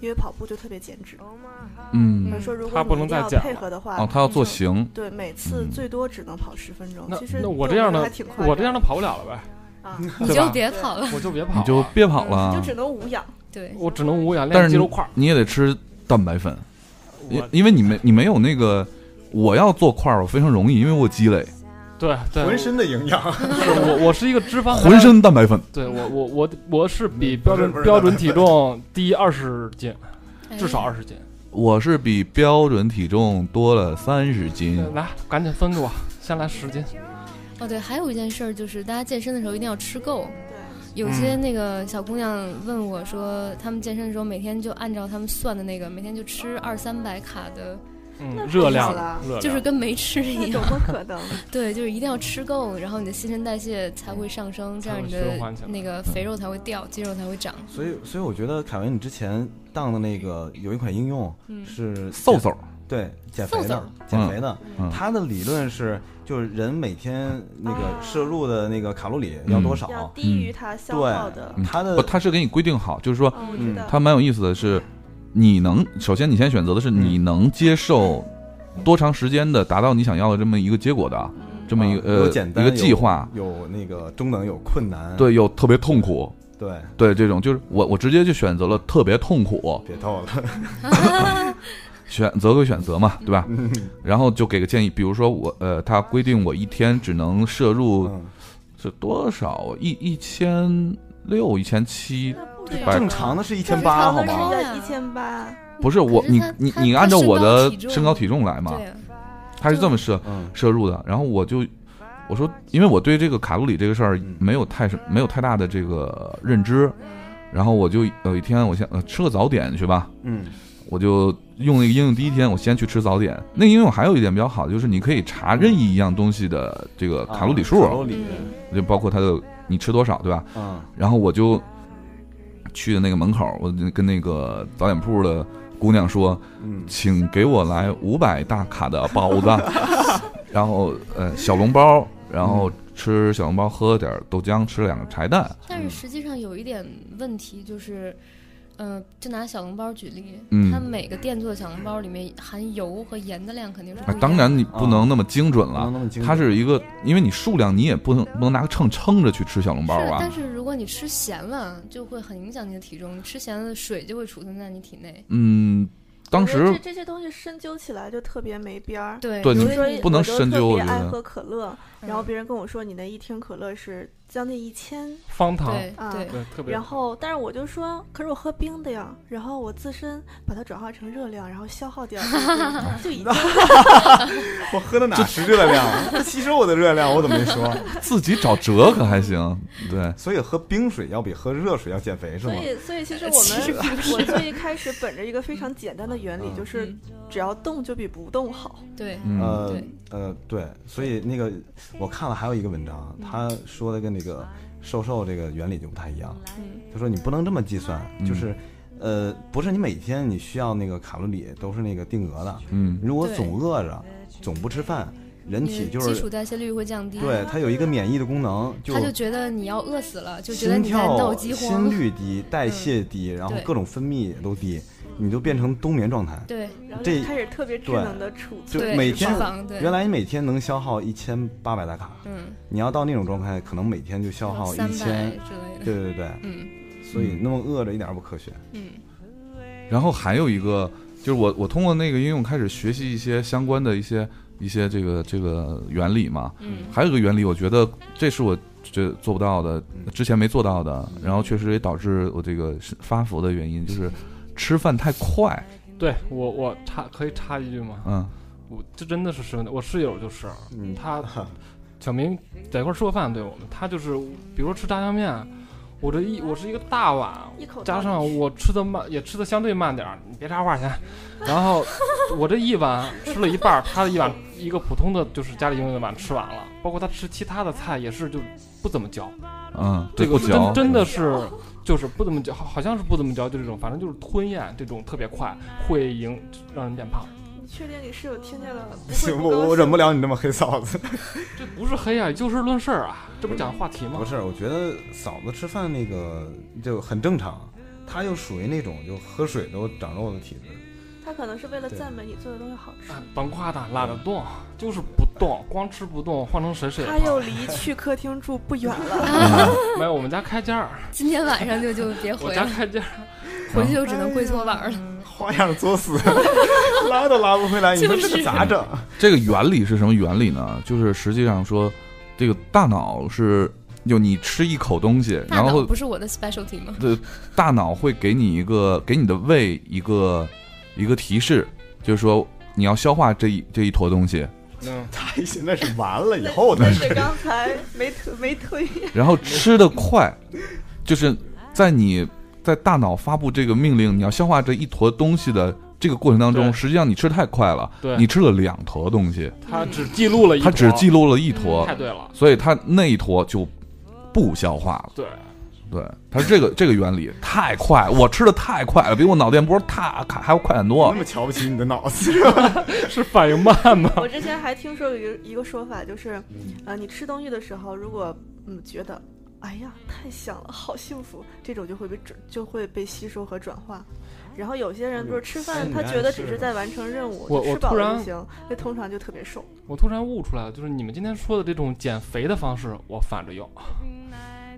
因为跑步就特别减脂。他
嗯，
说如果
他
你
不
一
能
定
再
要
减
配
了
合的话，
哦，他要做形，
对每次
嗯
最多只能跑十分钟。
那
其实
那我
对
这样
觉得
的
还挺快
我这样的跑不了了呗，
啊，
你
对
就
吧？
别跑了，
我就别跑了，
你就别跑
就
了，
只能无氧。
对，
我只能无氧
但
练
是
肌
你
肉块儿。
你也得吃蛋白粉，因
我
因为你没你没有那个，我要做块儿我非常容易，因为我积累
对对，
浑身的营养，
是 我我是一个脂 肪含量
浑身蛋白粉，
对我我我我是比
嗯
标
不是
准
不是
标准体重低二十斤，至少
哎
二十斤。
我是比标准体重多了三十斤，
来，赶紧分给我，先来十斤。
哦，对，还有一件事儿就是，大家健身的时候一定要吃够。
嗯
对，
有些那个小姑娘问我说，她们健身的时候每天就按照她们算的那个，每天就吃二三百卡的，
嗯
那，
热量
太少了，
热量
就是跟没吃
那
一
怎
样。
么可能？
对，就是一定要吃够，然后你的新陈代谢才会上升，这样
才会
你
循环起
的
来
那个肥肉才会掉，肌肉才会长。
所以所以我觉得凯文，你之前当的那个有一款应用
嗯，
是
瘦瘦，
对，减肥
瘦
的
瘦，
减肥的
嗯嗯。
它的理论是，就是人每天那个
啊
摄入的那个卡路里要多
要
少？
低于它消耗的。
嗯
它
不，
的
他是给你规定好，就是说
哦，我知道。
它蛮有意思的是，你能首先你先选择的是你
嗯
能接受多长时间的达到你想要的这么一个结果
嗯
的这么一
啊
个
有
呃
简
一
单
个计划，
有那个中等，有困难。
对，又特别痛苦，
对，
对这种就是我我直接就选择了特别痛苦，
别逗了。
选择归选择嘛，对吧？然后就给个建议，比如说我呃，他规定我一天只能摄入
嗯
是多少一一千六一千七，
对啊
百
正常的是一
正
千八，
常
好
的
吗？
是
吗
一千八，
不是我
可
你
他
你
他
你
他
按照我的身
身
高
高
体重来嘛，
对啊，
他是这么设
嗯，
摄入的。然后我就我说，因为我对这个卡路里这个事儿
嗯
没有太什没有太大的这个认知，
嗯
然后我就有一天我先呃吃个早点去吧，
嗯，
我就用那个应用第一天我先去吃早点。那个应用还有一点比较好，就是你可以查任意一样东西的这个卡路里数
啊，卡路里，
嗯
就包括它的你吃多少，对吧？
嗯，
然后我就去那个门口，我就跟那个早点铺的姑娘说，
嗯，
请给我来五百大卡的包子，然后呃小笼包，然
嗯
后吃小笼包，喝点豆浆，吃两个柴蛋，
但是实际上有一点问题就是，呃，就拿小笼包举例，
嗯
它每个店做的小笼包里面含油和盐的量肯定是不一
啊
样的。
当然你不能那么精准
不能
了。
那么精准
它是一个，因为你数量你也不能不能拿个秤称着去吃小笼包
是，
啊
但，是如果你吃咸了，就会很影响你的体重。你吃咸了，水就会储存在你体内。
嗯，当
我觉
时
得这这些东西深究起来就特别没边儿。
对
对
所
你
以
比如说，
不能
我就
深究
特
我
别
觉得
爱喝可乐，
嗯
然后别人跟我说你那一听可乐是将近一千，
方糖，
对
啊
对，
对，特别
然后但是我就说，可是我喝冰的呀，然后我自身把它转化成热量，然后消耗掉， 就 已经
我喝的哪是热量啊？它 吸收我的热量，我怎么没 说？
自己找辙可还行，对，
所以喝冰水要比喝热水要减肥是
所？
吗
以所以其实我们我最一开始本着一个非常简单的原理，
嗯
就是只要动就比不动好。
对，
嗯，
呃
对
呃，对，所以那个我看了还有一个文章，
嗯
他说的跟那个瘦瘦这个原理就不太一样。
嗯
他说你不能这么计算，
嗯
就是呃，不是你每天你需要那个卡路里都是那个定额的，
嗯，
如果
对
总饿着，总不吃饭，人体
你
就
的基
是
础代谢率会降低。
对它有一个免疫的功能，就
他就觉得你要饿死了，就觉得
心
你在闹
跳、
饥
心
荒。嗯
率低、 代谢低，然后
对
各种分泌也都低，你就变成冬眠状态。
对
然后
这
就开始特别智
对
能的储
就
存，
对，
每
脂
天
肪对，
原来你每天能消耗一千八百大卡，
嗯，
你要到那种状态，可能每天就消耗
三
一
百
千。
之类的。
对对对，
嗯
所以那么饿着一点儿不科学。
嗯，
然后还有一个就是我我通过那个应用开始学习一些相关的一些一些这个这个原理嘛，
嗯
还有一个原理，我觉得这是我这做不到的，
嗯
之前没做到的，
嗯
然后确实也导致我这个是发福的原因就是吃饭太快，
对我我插可以插一句吗？
嗯
我这真的是十分的，我室友就是
嗯
他，小明在一块儿吃过饭，对我们，他就是比如说吃炸酱面，我这一我是一个大碗，
一口
加
倒
上
进去
我吃的慢，也吃的相对慢点儿，你别插话先。然后我这一碗吃了一半儿，他的一碗一个普通的就是家里用的碗吃完了，包括他吃其他的菜也是就不怎么嚼，
嗯，
这
对
个
不嚼，
真真的是就是不怎么嚼，好好像是不怎么嚼，就这种，反正就是吞咽这种特别快，会影让人变胖。
你确定你室友听见了？不会
行，
不
我我
高兴
忍不了你那么黑嫂子。
这不是黑啊，就事论事儿啊，这不讲话题吗
不？是，我觉得嫂子吃饭那个就很正常，她就属于那种就喝水都长肉的体 质。
他可能是为了
对
赞美你做的东西好吃。
啊甭夸他，懒得动，就是不动，光吃不动，换成谁谁也
他
胖
又离去客厅住不远了，
嗯
没有，我们家开间儿，
今天晚上就就别
我
回
家
了，
开间儿，啊
回去就只能跪搓板了。
嗯
花样哎 作死， 拉都拉不回来，你说这个咋整？
这个原理是什么原理呢？就是实际上说，这个大脑是就你吃一口东西，
大
然
脑
后
不是我的 specialty 吗？
对大脑会给你一个给你的胃一个一个提示，就是说你要消化这一这一坨东西，
嗯，
他现在是完了以后的
但
事
是。刚才没推没推。
然后吃的快，就是在你在大脑发布这个命令，你要消化这一坨东西的这个过程当中，
对
实际上你吃得太快了，
对
你吃了两坨东西，
他只记录了一坨，
它只记录了一坨
太，对了，
所以它那一坨就不消化了。
对，
对，它是这个这个原理太快，我吃的太快了，比我脑电波太还要快很多
那。么瞧不起你的脑子，
是反应慢
哦
吗？
我之前还听说有一个一个说法，就是，呃，你吃东西的时候，如果嗯觉得，哎呀太香了，好幸福，这种就会被转就会被吸收和转化。然后有些人不是吃
哎
饭，
你
他
还
觉得
是
只是在完成任务，
我
就
我
吃饱
突
了
然
就行，那通常就特别瘦。
我突然悟出来了，就是你们今天说的这种减肥的方式，我反着用，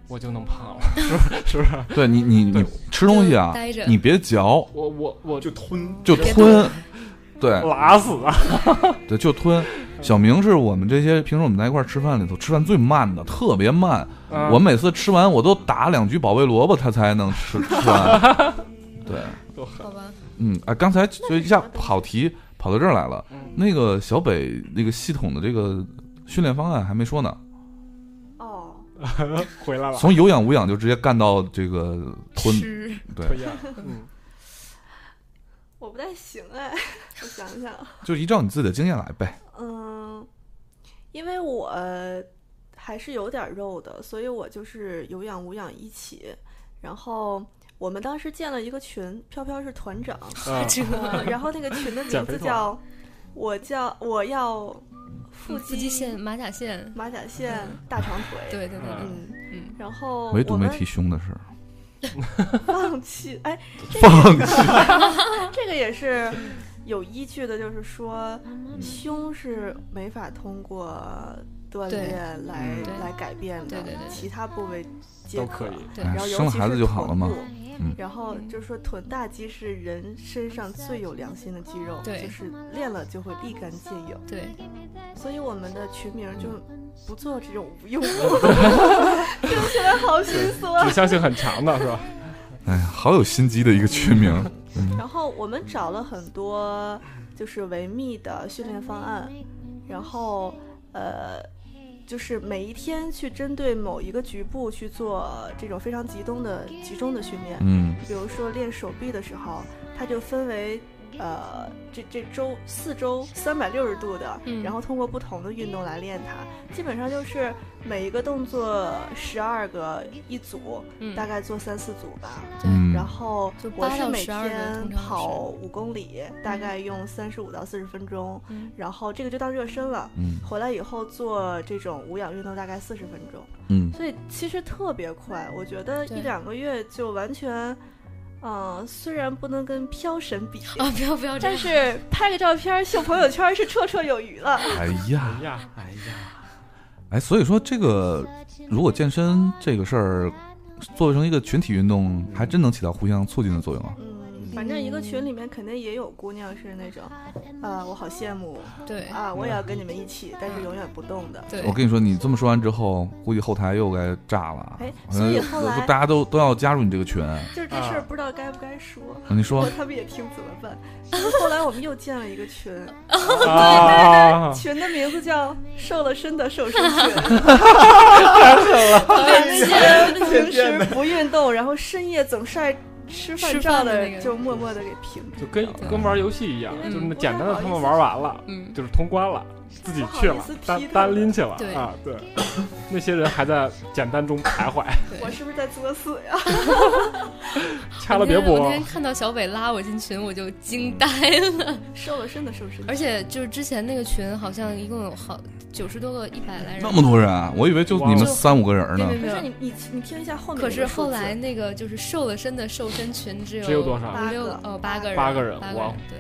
我就 能胖了，是不是？是不是？
对你你你
对
吃东西啊
就待着，
你别嚼，
我我我
就吞。
就
别动
吞。对
拉死啊！
对，就吞。小明是我们这些平时我们在一块儿吃饭里头吃饭最慢的，特别慢。
嗯
我每次吃完我都打两局保卫萝卜，他才能吃吃完。 对，
好吧，
嗯，哎，刚才就一下跑题跑到这儿来了。
嗯
那个小北那个系统的这个训练方案还没说呢，
哦，
回来了，
从有氧无氧就直接干到这个吞。
吃
对
推，荐，嗯，
我不太行哎，我想想，
就依照你自己的经验来呗。
嗯，因为我还是有点肉的，所以我就是有氧无氧一起。然后我们当时建了一个群，飘飘是团长，
啊
这
嗯然后那个群的
减
名
肥
字
团
叫“我叫我要腹
腹肌线、马甲线，
马甲线、大长腿”，
对对对对，
嗯
嗯，
然后
唯独
我
没
们
提胸的事儿，
放弃，哎，
放弃。
这个也是有依据的，就是说胸是没法通过锻
对
炼来
嗯
对
来改变的，
对对对
其他部位皆
都可以。
对
哎
然后尤
生了
其
孩
是
子就好了
臀
嘛
部。
嗯
然后就是说，臀大肌是人身上最有良心的肌肉，
对
就是练了就会立竿见影。
对，
所以我们的群名就不做这种无用 武，听起来好心酸
指。向性很强的是吧？
哎，好有心机的一个群名。
然后我们找了很多就是维密的训练方案，然后呃，就是每一天去针对某一个局部去做这种非常集中的集中的训练。
嗯
比如说练手臂的时候，它就分为呃这这周四周三百六十度的，
嗯
然后通过不同的运动来练它，基本上就是每一个动作十二个一组，
嗯，
大概做三四组吧。
嗯，
然后
就
我
8
是
到
每
12个
天
通常是
跑五公里，大概用三十五到四十分钟，
嗯
然后这个就当热身了。
嗯
回来以后做这种无氧运动大概四十分钟。
嗯，
所以其实特别快，我觉得
对
一两个月就完全，嗯、虽然不能跟飘神 比，
啊，不要不要这
但
样，
是拍个照片秀朋友圈是绰绰有余了。
哎
哎
呀，
呀，
哎呀，
哎，所以说这个如果健身这个事儿做成一个群体运动，还真能起到互相促进的作用啊。
嗯，反正一个群里面肯定也有姑娘是那种，啊，我好羡慕
对
啊，我也要跟你们一起，但是永远不动的。
对
我，跟你说，你这么说完之后，估计后台又该炸了啊。
哎
好像
所以后来
大家都都要加入你这个群。
就是这事
啊
儿不知道该不该说，
你
如
说
果他们也听怎么办？就是后来我们又建了一个 群，
哦
啊，
群的名字叫“瘦了身的瘦身 群
对，对”，
平时不运动，然后深夜总晒吃饭
吃
照
饭的
的
那个
就默默的给屏蔽。
就跟跟玩游戏一样，
嗯
就是那简单的他们玩完了，
嗯，
就是通关了，自己
不
去了
好意思，踢
单
他们
单拎去了
对
啊，对， 那些人还在简单中徘徊，
对
我是不是在作死 呀？
掐了别
我那
播
天看到小北拉我进群，我就惊呆了。
瘦了身的瘦身群，
而且就是之前那个群好像一共有好九十多个、一百来人，
那么多人啊，我以为就你们
哇
三五个人呢
别别。
可是哦你你你听一下后面
可
那个数字，
是后来那个就是瘦了身的瘦身群只有
只有多少
五六
八个
哦八个人，
八个人
八
哇哦
对，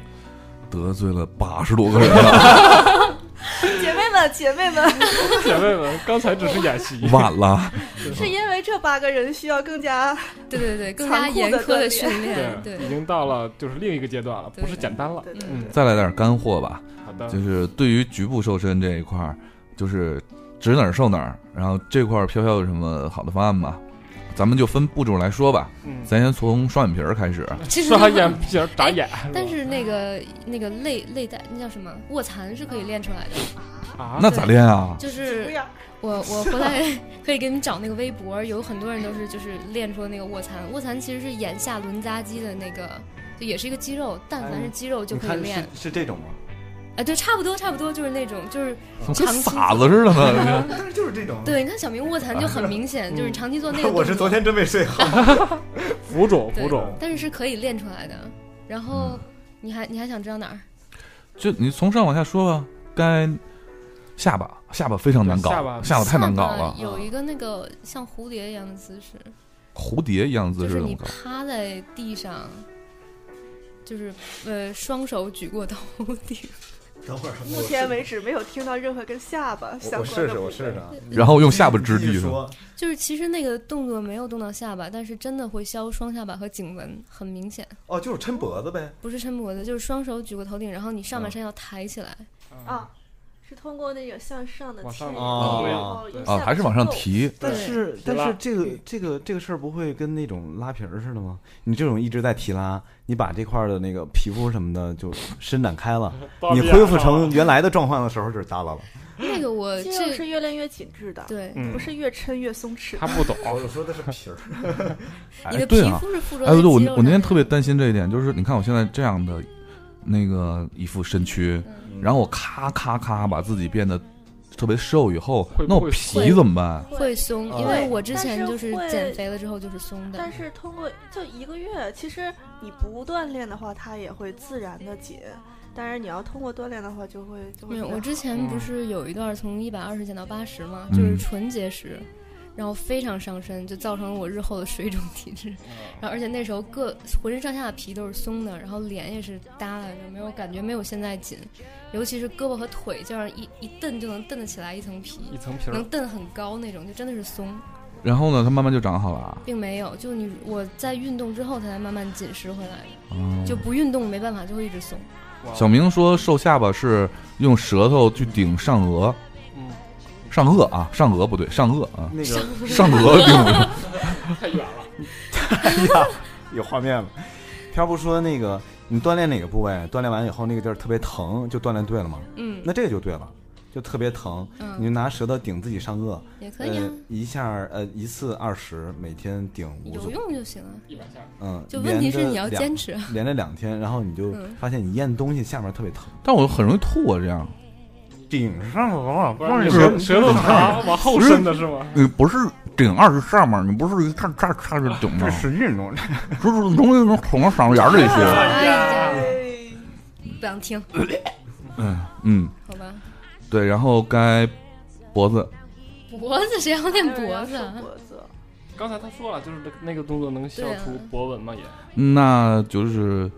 得罪了八十多个人了，
姐妹们姐妹们，
姐妹们，刚才只是演习，
晚了。
是因为这八个人需要更加
对对对，更加
残酷
严
的
苛的
锻
训练，
对，啊已经到了就是另一个阶段了，
对
不是简单了，
对对
嗯
对，
再来点干货吧，
好的
就，是对于局部瘦身这一块儿，就是指哪儿瘦哪儿。然后这块儿飘飘有什么好的方案吗？咱们就分步骤来说吧，
嗯，
咱先从双眼皮儿开始。
其实哎
刷眼皮儿眨眼，
但是那个那个肋肋带那叫什么卧蚕是可以练出来的，
啊，
那咋练啊？
就
不
是
要
我我回来 可以给你们找那个微博，有很多人都是就是练出了那个卧蚕，卧蚕其实是眼下轮匝肌的那个，就也是一个肌肉，但凡
哎
是肌肉就
你
可以
看
练
是，是这种吗？
哎，对，差不多差不多就是那种就是
跟
长期
傻子似的 呢。
但是就是这种。嗯
对，你看小明卧蚕就很明显，就是长期 做那个
我是
动
昨
作
天真没睡好。
浮肿
对
浮肿，
但是是可以练出来的。然
嗯
后你还你还想知道哪儿？
就你从上往下说吧，该下巴，下巴非常难搞，
下巴
下巴太难搞
下巴
了，
有一个那个像蝴蝶一样的姿势，
蝴蝶一样姿
就
势
是
怎
你
么搞？
趴在地上，就是呃双手举过头顶，
等会儿，
目前为止没有听到任何跟下巴
我
相
我
关的部
试试，
分。
我试试啊。
然后用下巴直
继续
地。
说，
就是其实那个动作没有动到下巴，但是真的会消双下巴和颈纹，很明显，
哦，就是抻脖子呗。
不是抻脖子，就是双手举过头顶，然后你上半身要抬起来。
啊，是通过那个向上的
往
提
上的
哦
哦，用下
啊，
巴
还是往上
去
提，
但
对
是但
拉嗯
是这个这个这个事儿不会跟那种拉皮儿似的吗？你这种一直在提拉，你把这块儿的那个皮肤什么的就伸展开 了，你恢复成原来的状况的时候就是耷拉了。
那个我
动，肌肉
这
是越练越紧致的，
对、
嗯
不是越抻越松弛。
他不 懂，
我说的是皮 儿，
你的皮
哎，对啊，
肤是附着
哎，
在肌
对，
肉
我
上
那
的。
我那天特别担心这一点，就是你看我现在这样的那个一副身躯，
嗯
然后我咔咔咔把自己变得特别瘦以后
会，不
那我
会
皮怎么办？
会松，
啊
因为我之前
但是
就是
会
减肥了之后就是松的
但。是通过就一个月，其实你不锻炼的话，它也会自然的紧。但是你要通过锻炼的话，就会就会
没有，
比较
我之
好
前不
嗯
是有一段从一百二十减到八十吗？
嗯
就是纯节食，然后非常伤身，就造成了我日后的水肿体质。
啊
然后而且那时候各浑身上下的皮都是松的，然后脸也是耷拉着，没有感觉没有现在紧，尤其是胳膊和腿这样一一蹬就能蹬得起来一层皮，
一层皮儿
能，蹬很高那种，就真的是松，
然后呢，它慢慢就长好了啊。
并没有。就你我在运动之后，它才慢慢紧实回来的，
嗯
就不运动没办法就会一直松。
哇
小明说瘦下巴是用舌头去顶上颚，
嗯，
上颚啊，上颚不对，上颚啊，
那个
上颚 顶。
太远了，
哎 呀，有画面了。飘不说那个你锻炼哪个部位，锻炼完以后那个地儿特别疼，就锻炼对了吗？
嗯，
那这个就对了，就特别疼，你就
嗯
拿舌头顶自己上颚，
也可以啊
呃，，一下儿呃一次二十，每天顶五
有
组，
用就行啊。
一百下，
嗯，
就问题是
连着
你要
两
坚持啊，
连着两天，然后你就
嗯
发现你咽东西下面特别疼，
但我很容易吐啊，这样。
顶上了往往
不是你舌舌头长啊往后伸的是吗？
你呃不是顶二十上面，你不是一看这这就顶吗？
使劲弄，
就是容易能捅到嗓子眼 里去。
哎呀，
哎
不想听，
嗯，
好吧？
对，然后该脖子，
脖子谁要练脖子
还有人
啊
要？瘦脖子，
刚才他说了，就是那个动作能消除
对啊
博纹嘛，也
那就是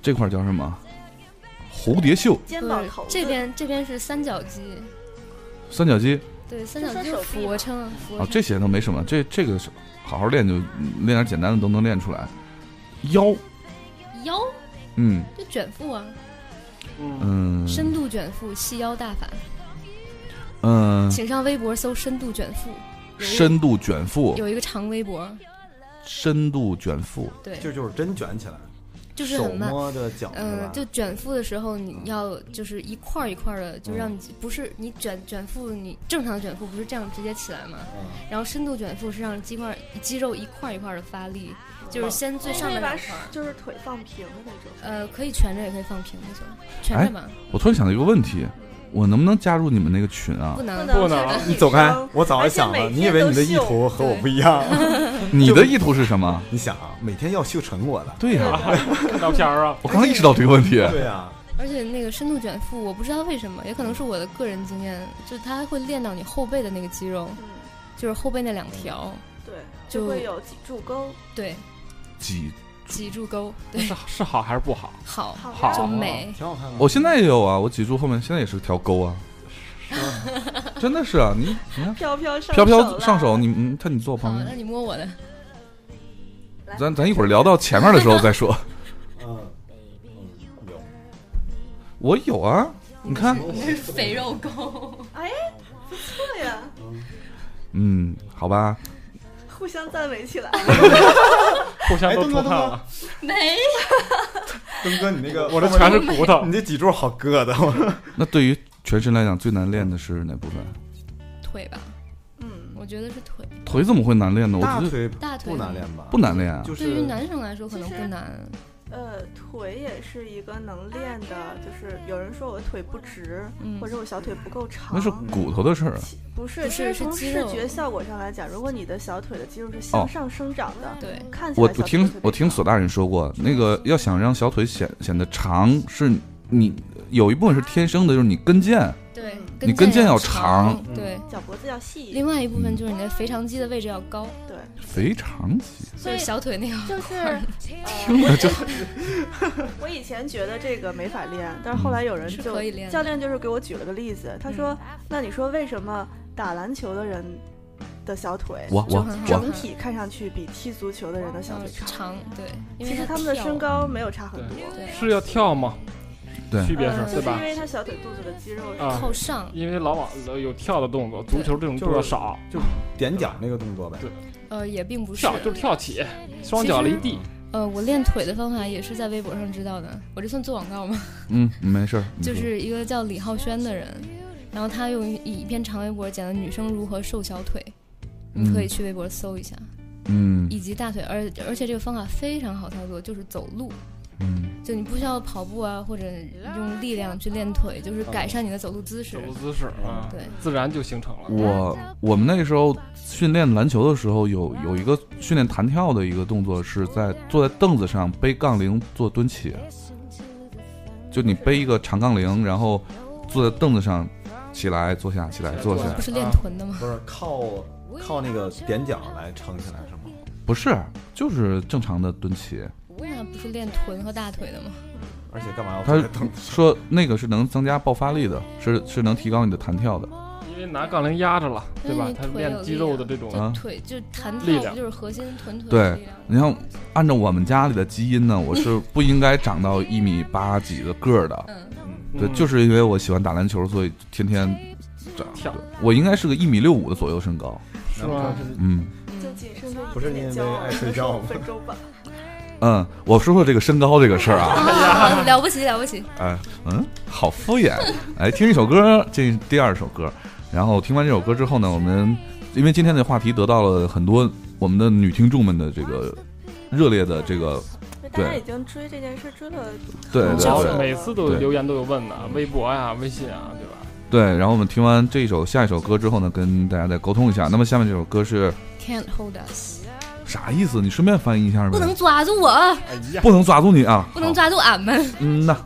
这块叫什么？蝴蝶袖、
肩
不
膀
是
头
这
子
边这边是三角肌，
三角肌
对，三角肌
就
就
说手臂嘛
俯卧撑啊，俯
啊
卧，撑
这些都没什么，这这个是好好练就嗯练点简单的都能练出来。腰
腰
嗯
就卷腹啊，
嗯，
嗯
深度卷腹细腰大法，
嗯，
请上微博搜“深度卷腹”，有一
深度卷腹，
有一个长微博，
深度卷腹，
对，
这就是真卷起来，
就是
手
很慢。
摸着脚是
嗯
吧，？嗯
就卷腹的时候，你要就是一块儿一块儿的，就让你不是你卷卷腹，你正常卷腹不是这样直接起来吗？
嗯
然后深度卷腹是让肌块肌肉一块儿一块儿的发力，
嗯
就是先最上面
把
两块儿，
就是腿放平的那种。
呃，可以蜷着也可以放平的，就
哎
蜷着吧，
我突然想到一个问题，我能不能加入你们那个群啊
不？能
不能
就是
你走开
女生！
我早就想了，
而且每
你以
天
为
都
你的意
秀
图和我不一样？
你的意图是什么？
你想啊，每天要秀成果的。
对呀、
看 照片啊，
我刚刚意识到这个问题。
对啊呀，
而且那个深度卷腹，我不知道为什么，也可能是我的个人经验，就是它会练到你后背的那个肌肉，
嗯，
就是后背那
嗯
两条，
对，
就
就会有脊柱沟，
对，
几，
脊柱沟，对，
是是好还是不好？
好，
好
好啊
看
就
吗
美。
挺好看的。
我现在也有啊，我脊柱后面现在也是条沟啊，真的是啊，你你看
飘飘上
飘飘
啦
上手，你你看你坐我
好
旁，
那
边，
你摸我的，
咱咱一会儿聊到前面的时候再说。
嗯，有
我有啊，你看，
你是肥肉沟。
对哎呀，
嗯，好吧，
互相赞美 起来。
互相
哎
都
东哥
出汗了，
没，
东哥，你那个
我这全是骨头
你。这脊柱好硌的。
那对于全身来讲最难练的是哪部分？
腿吧，
嗯，
我觉得是腿，
腿怎么会难练呢？我
大
觉得
腿
大腿
不难练吧？
不难练啊。
就是
对于男生来说可能
其
不
实
难。
呃，腿也是一个能练的，就是有人说我腿不直，
嗯
或，者我小腿不够长。
那是骨头的事儿啊，
其不是，
不
其
是
实
是
从
肌
视
肉
觉效果上来讲，如果你的小腿的肌肉是
哦
向上生长的，
对，
看起来
我
小腿
我听
特别
我听索
长
大人说过，那个要想让小腿显显得长，是你有一部分是天生的，就是你跟腱，
对，
你跟腱要
长
长，
对。
嗯脚脖子要细，
另外一部分就是你的肥肠肌的位置要高，
对，
肥肠 肌。
所以小腿那个
就是
听着就
我以前觉得这个没法练，但是后来有人
嗯是
就
可以练的嗯
教练就是给我举了个例子，他说：“那你说为什么打篮球的人的小腿
我
就
我
很好
我
整体看上去比踢足球的人的小
要
腿长？
长，对，因为
其实他
它
们的
跳
身，高没有差很多，
对，
是要跳吗？
对
区别
嗯
就
是对
是因
吧？
为他小腿肚子的肌肉
啊
靠上，
因为老往有跳的动作，足球这种动作少，就
点脚那个动作呗。
对
呃，也并不是
跳。就是跳起，双脚离地，
呃，我练腿的方法也是在微博上知道的，我这算做广告吗？
嗯，没事儿，你
就
说
是一个叫李浩轩的人，然后他用一一篇长微博讲的女生如何瘦小腿，你可以去微博搜一下，
嗯
以及大腿，而而且这个方法非常好操作，就是走路，
嗯，
就你不需要跑步啊，或者用力量去练腿，就是改善你的走路姿势
手。姿势啊，
对，
自然就形成了。
我我们那时候训练篮球的时候，有有一个训练弹跳的一个动作，是在坐在凳子上背杠铃做蹲起，就你背一个长杠铃，然后坐在凳子上起来坐下起来坐下
对，
不是练臀的吗？
啊不是靠靠那个点脚来撑起来是吗？
不是，就是正常的蹲起。
哦
那不是练臀和大腿的吗？
而且干嘛要
他
坐在凳子上？
说那个是能增加爆发力的，是是能提高你的弹跳的。
因为拿杠铃压着了，
但
对
是
吧
你？
它
腿有
练肌
力
肉
啊
的这种
啊
就腿就弹
力
跳，
量
不就是核心臀腿
对
力 量
你像按照我们家里的基因呢，我是不应该长到一米八几的个儿的。
嗯，
对，就是是因为我喜欢打篮球，所以天天长。
跳
对我应该是个一米六五的左右身高。
是吗？
嗯
就仅剩下
不是
一啊
你
点
因
骄
为
傲
爱睡
啊
觉吗
分钟吧。
嗯，我说说这个身高这个事儿啊。
啊了不起了不起，
哎，嗯，好敷衍。哎，听一首歌，这是第二首歌。然后听完这首歌之后呢，我们因为今天的话题得到了很多我们的女听众们的这个热烈的这个，
因 为大家
对
已经追这件事追了
对对
然后
对
每次都
对
有留言都有问的，微博呀、微信啊，对吧？
对。然后我们听完这一首下一首歌之后呢，跟大家再沟通一下。那么下面这首歌是
Can't hold us，
啥意思？你顺便翻译一下呗。
不能抓住我，啊
哎呀，
不能抓住你啊！
不能
好。
抓住俺们。
嗯呐，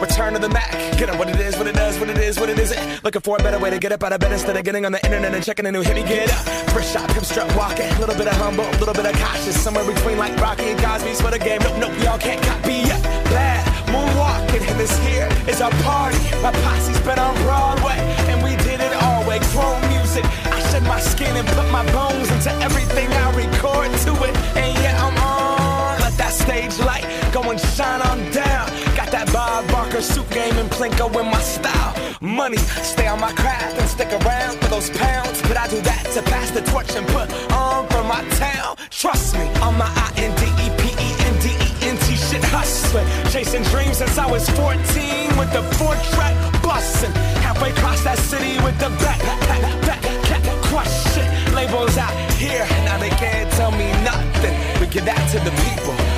Return to the Mac. Get up what it is, what it does, what it is. is what it isn't. Looking for a better way to get up out of bed instead of getting on the internet and checking a new hit. Me get up, first shot, hip strut walking. Little bit of humble, little bit of cautious. Somewhere between like Rocky and Cosby's for the game. Nope, nope, y'all can't copy yet. Glad moonwalking, and this here is our party. My posse's been on Broadway, and we did it all way. Grown music, I shed my skin and put my bones into everything I record to it. And yeah, I'm on. Let that stage light go and shine on down. Got that Bob Barker suit game and Plinko in my style. Money, stay on my craft and stick around for those pounds. But I do that to pass the torch and put on for my town. Trust me, on my I N D E P E N D E N T shit hustling. Chasing dreams since I was 14 with the four track busting. Halfway across that city with the back, back, back, back, crush it. Labels out here, now they can't tell me nothing. We give that to the people,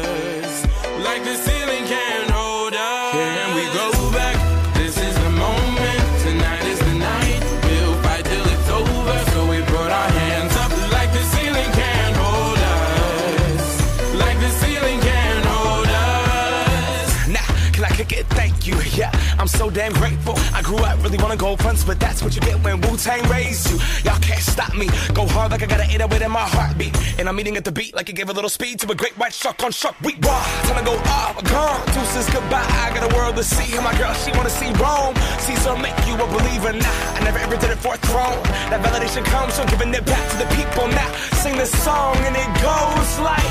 us. Like the ceiling can't hold us. Here we go back. This is the moment. Tonight is the night. We'll fight till it's over. So we put our hands up like the ceiling can't hold us. Like the ceiling can't hold us.
Now, can I kick it? Thank you. Yeah, I'm so damn grateful. I grew up really wanna go fronts, but that's what you get when Wu Tang raised you. Y'all can't stop me. Go hard like I gotta eat it in my heartbeat. And I'm eating at the beat like it gave a little speed to a great white shark on shark. We raw. Time to go off. Gone. Deuces goodbye. I got a world to see. And my girl, she wanna see Rome. Caesar make you a believer. Nah, I never ever did it for a throne. That validation comes from giving it back to the people. Now, sing this song and it goes like.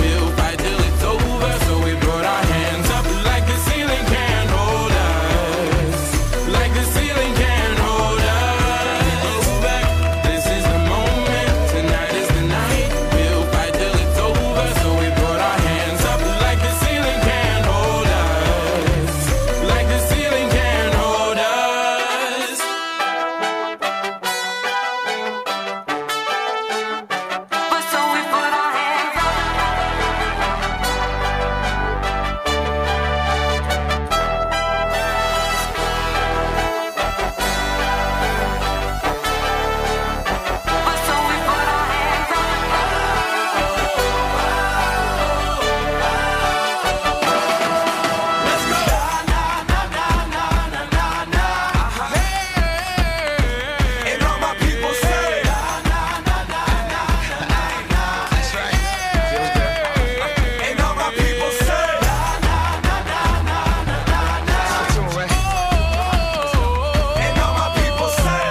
We'll fight till it's over. So we put our hands up like the ceiling can't hold us. Like the ceiling can't hold us. Go back. This is the moment. Tonight is the night. We'll fight till it's over. So we put our hands up like the ceiling can't hold us. Like the ceiling can't hold us.
and all my people say, and all my people say, and all my people say.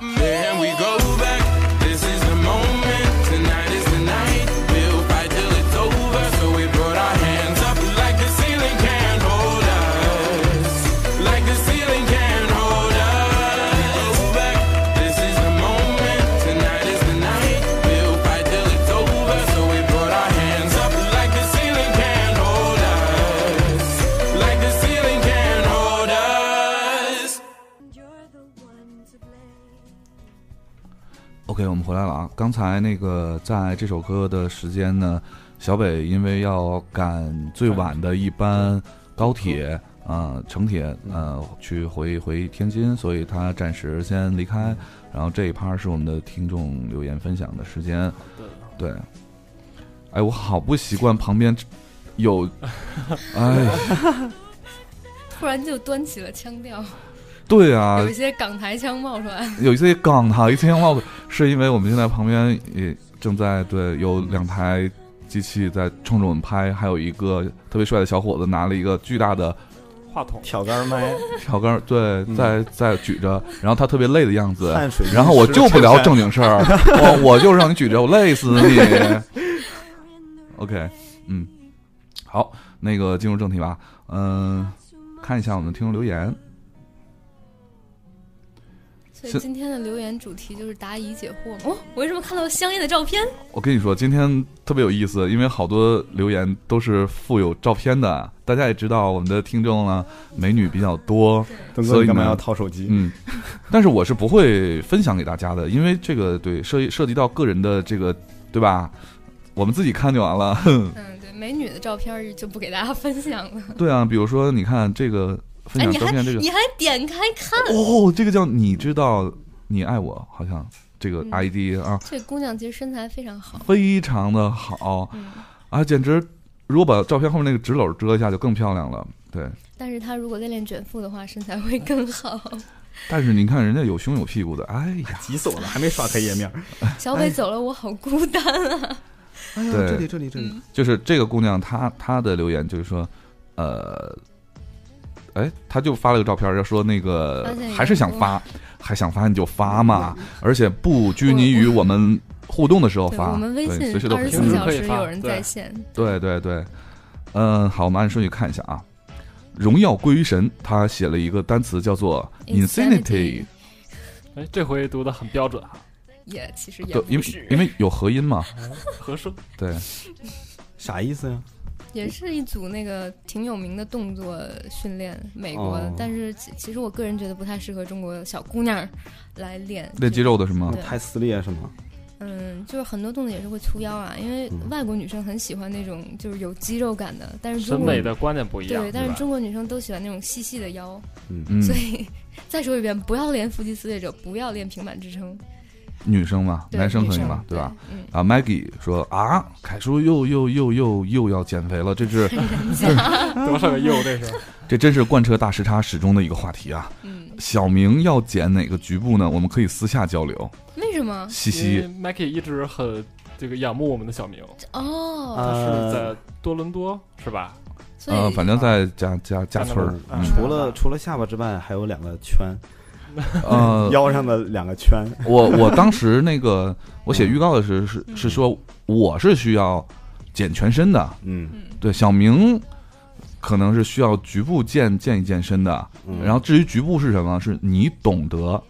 Can we go back? This is the moment. Tonight is the night. We'll fight till it's over. So we put our hands up like the ceiling can't hold us. Like the ceiling can't hold us. Go back. This is the moment. Tonight is the night. We'll fight till it's over. So we put our hands up like the ceiling can't hold us. Like the ceiling can't hold us.
OK，我们回来了啊！刚才那个在这首歌的时间呢，小北因为要赶最晚的一班高
嗯
铁，呃，城铁，呃，去回回天津，所以他暂时先离
嗯
开。然后这一趴是我们的听众留言分享的时间。对，哎，我好不习惯旁边 有，哎，
突然就端起了腔调，
对啊
有一，些港台腔冒出来。
有一些港台腔帽子，是因为我们现在旁边也正在对有两台机器在冲着我们拍，还有一个特别帅的小伙子拿了一个巨大的
话筒
挑杆 麦，
跳杆儿，对，
嗯
在在举着，然后他特别累的样子，
汗水。
然后我就不聊正经事儿，我我就让你举着，我累死你。OK，嗯，好，那个进入正题吧，嗯、看一下我们的听众留言。
所
是
以今天的留言主题就是答疑解惑嘛。哦，我为什么看到香烟的照片？
我跟你说，今天特别有意思，因为好多留言都是附有照片的。大家也知道，我们的听众呢，美女比较多，
邓
所
哥，
以
你干嘛
呢
要掏手机？
嗯，但是我是不会分享给大家的，因为这个对涉涉及到个人的这个，对吧？我们自己看就完了。
嗯，对，美女的照片儿就不给大家分享了。
对啊，比如说，你看这个分
哎，
享
你
照
还
片，这个
你还点开看，
哦，这个叫你知道你爱我，好像这个
嗯
ID 啊，
这姑娘其实身材非常好。
非常的好
嗯，
啊，简直！如果把照片后面那个纸篓遮一下，就更漂亮了。对，
但是她如果练练卷腹的话，身材会更 好。
但是你看人家有胸有屁股的，哎呀，
急死我了，还没刷开页 面。
小北走了，我好孤单啊！
哎呀，
对
这里这里这
嗯
里，
就是这个姑娘，她她的留言就是说，呃，哎，她就发了个照片，要说那个
发现有嗯
还是想发，还想发你就发嘛，而且不拘泥于我们互动的时候
对，
发，
我们微
对
信
随时都
二
可
十
以
四
平时
发
小
可以
时
发
有人
对
在线。
对对对，嗯，好，我们按顺序看一下啊。荣耀归于神，他写了一个单词叫做
Insanity
insanity，
哎，这回读的很标准啊哈，
也其实也
对，因
不
为
是，
因为有合音嘛，
合适。
对，
啥意思呀？
也是一组那个挺有名的动作训练，美国。
哦
但是其其实我个人觉得不太适合中国小姑娘来练
练肌。肉的是吗？
对
太撕裂是吗？
嗯，就是很多动作也是会粗腰啊，因为
嗯
外国女生很喜欢那种就是有肌肉感的，但是
审
中国
美的观念不一样，
对，但
吧
是中国女生都喜欢那种细细的腰，
嗯，
所以 再说一遍，不要练腹肌撕裂者，不要练平板支撑，
女生嘛，
对
男生
女
可以
生
嘛，对吧？？
嗯，
啊，Maggie 说啊，凯叔又又又又又要减肥了，这 是
多少个右这是。
这真是贯彻大时差始终的一个话题啊。
嗯，
小明要减哪个局部呢？我们可以私下交流。
为什么？
西
因为
西，
Mackie 一直很这个仰慕我们的小明，
哦，
他是
呃，
在多伦多是 吧？
所以、
呃，反正在家家家村儿，
啊
嗯，
除了除了下巴之外，还有两个圈，
呃，
腰上的两个圈。
我我当时那个我写预告的时候是是说我是需要减全身的，
嗯
嗯，
对，小明可能是需要局部健健一健身的，
嗯，
然后至于局部是什么，是你 懂得。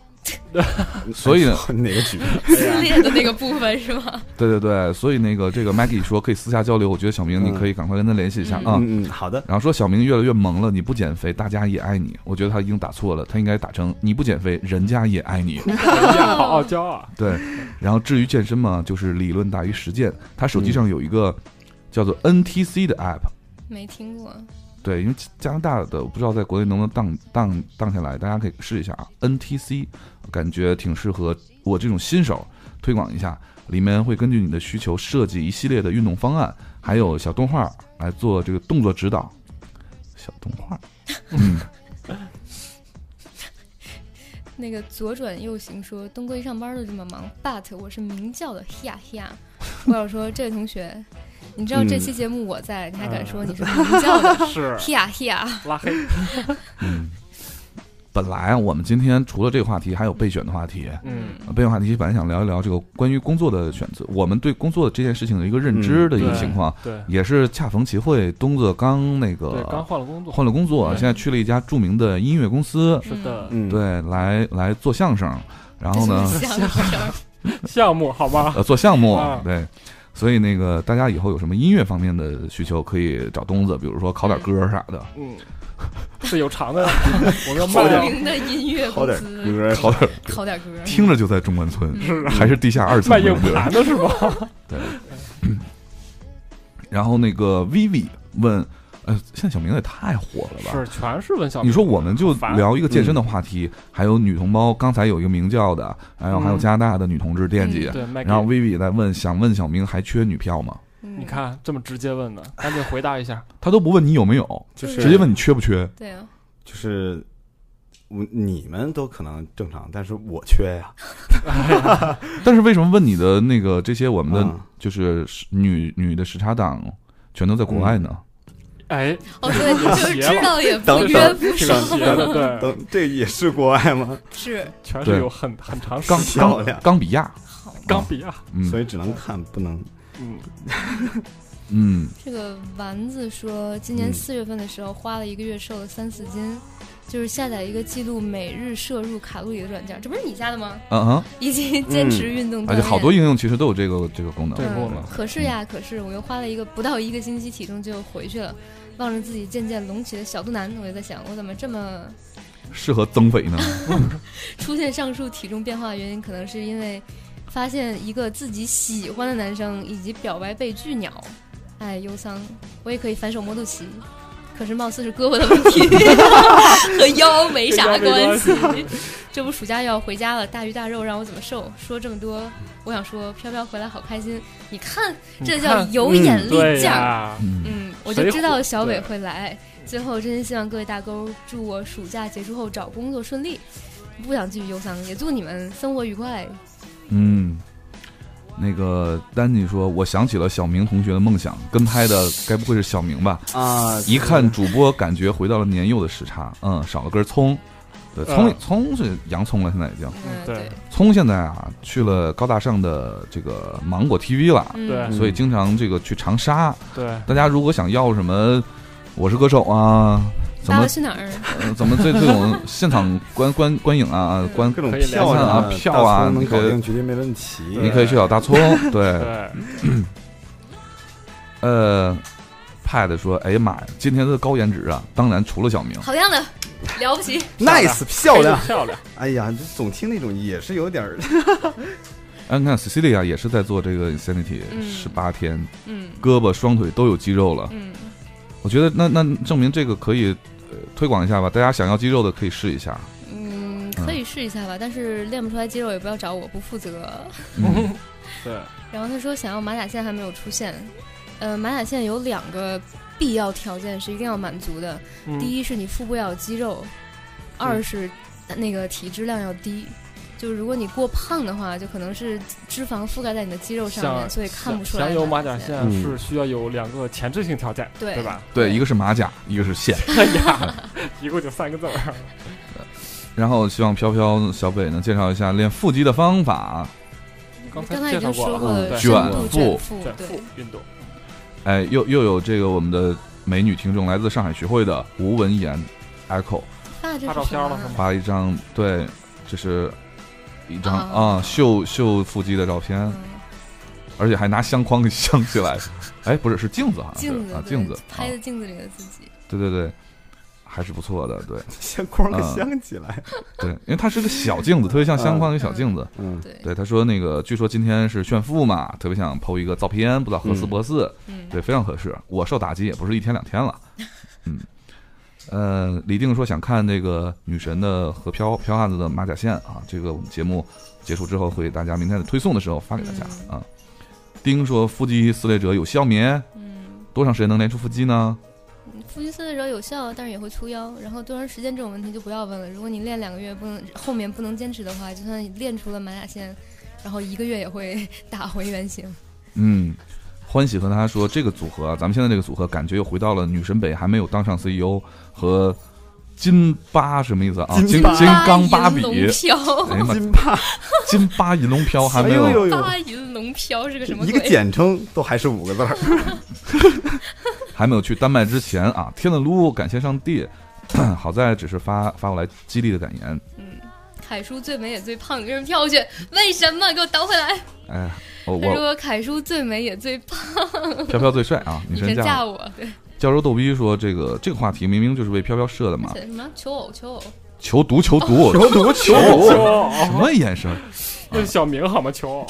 所以呢，
哪个局？
啊
撕裂的那个部分是吗？
对对对，所以那个这个 Maggie 说可以私下交流，我觉得小明你
嗯
可以赶快跟他联系一下啊。
嗯嗯，好的。
然后说小明越来越萌了，你不减肥，大家也爱你。我觉得他已经打错了，他应该打成你不减肥，人家也 爱你。
人家好傲娇啊！
对，然后至于健身嘛，就是理论大于实践。他手机上有一个叫做 NTC 的 app，
没听过，
对，因为加拿大的我不知道在国内能不能当当当下来，大家可以试一下啊。NTC 感觉挺适合我这种新手推广一下，里面会根据你的需求设计一系列的运动方案，还有小动画来做这个动作指导。小动画，嗯，
那个左转右行说东哥一上班就这么忙，but 我是明教的，呀呀！我想说这位同学，你知道这期节目我在，你还敢说你是明教的？
嗯 是
呀呀！
拉黑，
嗯，本来我们今天除了这个话题，还有备选的话题。
嗯，
呃备选话题本来想聊一聊这个关于工作的选择，我们对工作这件事情的一个认知的一个情况，
对
也是恰逢其会。东子刚那
对，刚
个
换了工作，
换了工作，
对
现在去了一家著名的音乐公司，
是的，
嗯，
对，来来做相声，然后 呢，
这是 想法
项目好吗？
呃，做项目
啊，
对。所以那个大家以后有什么音乐方面的需求，可以找东子，比如说考点歌啥的，
嗯， 是有偿的， 我们要卖
著
掉，
名的音乐
好
公
点
司，
歌，
考点
考点歌，
听着就在中关村，
是啊
还是地下二层
卖
的
硬
对吧
盘的是吗？
然后那个 Vivi 问，呃，现在小明也太火了吧？
是，全是文小明。
你说我们就
好烦嗯
聊一个健身的话题，还有女同胞，刚才有一个名叫的，然后还有
嗯
加拿大的女同志惦记，
对，卖给
然后 Vivi 在问，想问小明还缺女票吗？
你
你，看啊这么直接问的，赶紧回答一下。
他都不问你有没有，
就是
直接问你缺 不缺。
对啊，
就是我你们都可能正常，但是我缺呀。
但是为什么问你的那个这些我们的
嗯
就是女女的时差党全都在国外呢？
哎，
哦对，就是
邪了
知道也不
等
约
等
不
挺
上，
邪的，对，
等这也是国外吗？
是
全
对
是有很很长时
刚
间
漂亮
刚刚比亚，
好，
刚比啊，
嗯
所，以只能看不能。
嗯，
嗯，
这个丸子说，今年
嗯
四月份的时候花了一个月瘦了三四斤，就是下载一个记录每日摄入卡路里的软件，这不是你下的吗？
啊 啊，
以及坚持运动锻
而
炼。
且啊好多应用其实都有这个这个功能
对。功
嗯
能，
可是呀，可是我又花了一个不到一个星期，体重就回去了。望着自己渐渐隆起的小肚腩，我就在想，我怎么这么
适合增肥呢？
出现上述体重变化的原因，可能是因为发现一个自己喜欢的男生，以及表白被拒鸟。哎，忧桑，我也可以反手摸肚脐，可是貌似是胳膊的问题， 和腰没啥关系。这不暑假要回家了，大鱼大肉让我怎么受？说这么多，我想说，飘飘回来好开心。你看，这叫有眼力
嗯对
见儿。
呀，
嗯，
嗯，我就
谁
知道
会
小伟
对
会来。最后，真心希望各位大钩祝我暑假结束后找工作顺利，不想继续忧伤，也祝你们生活愉快。
嗯，那个丹尼说，我想起了小明同学的梦想，跟拍的该不会是小明吧？
啊，
一看主播，感觉回到了年幼的时差，嗯，少了根葱。对，葱
嗯
葱是洋葱了，现在已经。
嗯，
对
对，
葱现在啊，去了高大上的这个芒果 TV 了，
嗯，
对
所以经常这个去长沙。
对，
大家如果想要什么《我是歌手》啊，怎
爸
么
爸去哪儿？
呃怎么这这种现场观观观影啊啊观
各种
可以
票
联想
啊
啊，票
大
啊
葱能
那个
搞定绝对没问题。
你可以去 找大葱，对，
对，
呃，Pad 说，哎呀妈呀，今天的高颜值啊，当然除了小 明，
好样的，了不起！
nice 漂亮
哎。漂亮，
哎呀，这总听那种也是有点儿，
哎，你看 Cecilia 也是在做这个 Insanity
嗯
十八天，
嗯
胳膊双腿都有肌肉了，
嗯，
我觉得那那证明这个可以。呃推广一下吧，大家想要肌肉的可以试一下。
嗯，可以试一下吧，但是练不出来肌肉也不要找我，不负责。
嗯
对，
然后他说想要马甲线还没有出现，呃，马甲线有两个必要条件是一定要满足的，
嗯
第一是你腹部要有肌肉，二是那个体脂量要低。就是如果你过胖的话，就可能是脂肪覆盖在你的肌肉上面，
想
所以看不出来。
想有马甲线
嗯
是需要有两个前置性条件，
对
对吧？
对，一个是马甲，一个是线。
哎呀，一共就三个字儿，
嗯
然后希望飘飘小北能介绍一下练腹肌的方法。
刚才
刚才已
介绍
经
过
说
了，
过了，
对
卷
深度正腹，
腹
卷
对
腹，运动，
哎，又又有这个我们的美女听众来自上海学会的吴文言 Echo
发这
发照
是
片
什么
了
啊
是吗？
发了一张，对，这是一张
啊
啊秀秀腹肌的照片
嗯，
而且还拿相框给镶起来。哎，不是，是镜子，好像
镜
是
子
啊，
对
镜子啊
拍，的镜子里的自己，
对对对，还是不错的， 对
先光给
嗯
镶起来。
对，因为它是个小镜子，特别像相框一个小镜子。
嗯，
对，
对，他说那个，据说今天是炫富嘛，特别想剖一个照片，不知道合适不合适。
嗯，
对，非常合适。我受打击也不是一天两天 了，嗯，呃，李定说想看这个女神的和飘飘汉子的马甲线啊，这个我们节目结束之后会给大家明天的推送的时候发给大家啊。丁说腹肌撕裂者有效棉，
嗯，
多长时间能练出腹肌呢？
腹肌撕裂者有效，但是也会出腰。然后多长时间这种问题就不要问了。如果你练两个月不能，后面不能坚持的话，就算你练出了马甲线，然后一个月也会 打回原形。
嗯，欢喜和他说这个组合啊，咱们现在这个组合感觉又回到了女神北还没有当上 CEO 和金巴什么意思啊？金金刚芭比
八。银龙飘，
哎呀妈，
金帕，
金巴银龙飘还
哎
没有啊
呦呦呦，
八银龙飘是个
这
什么
一
鬼？
个简称都还是五个字儿。
还没有去丹麦之前啊，天了噜，感谢上帝。 好在只是发发过来激励的感言，
嗯，凯叔最美也最胖，给人跳过去，为什么？给我倒回来！
哎呀，我
他
我
说凯叔最美也最胖，
飘飘最帅啊！女
你
神
真嫁
嫁
我？对，
教授逗逼说这个这个话题明明就是为飘飘设的嘛，
写什么求偶求偶？
求读求读
求 读求
求
读，
偶，
什么 眼神？
那是小明好吗？求偶，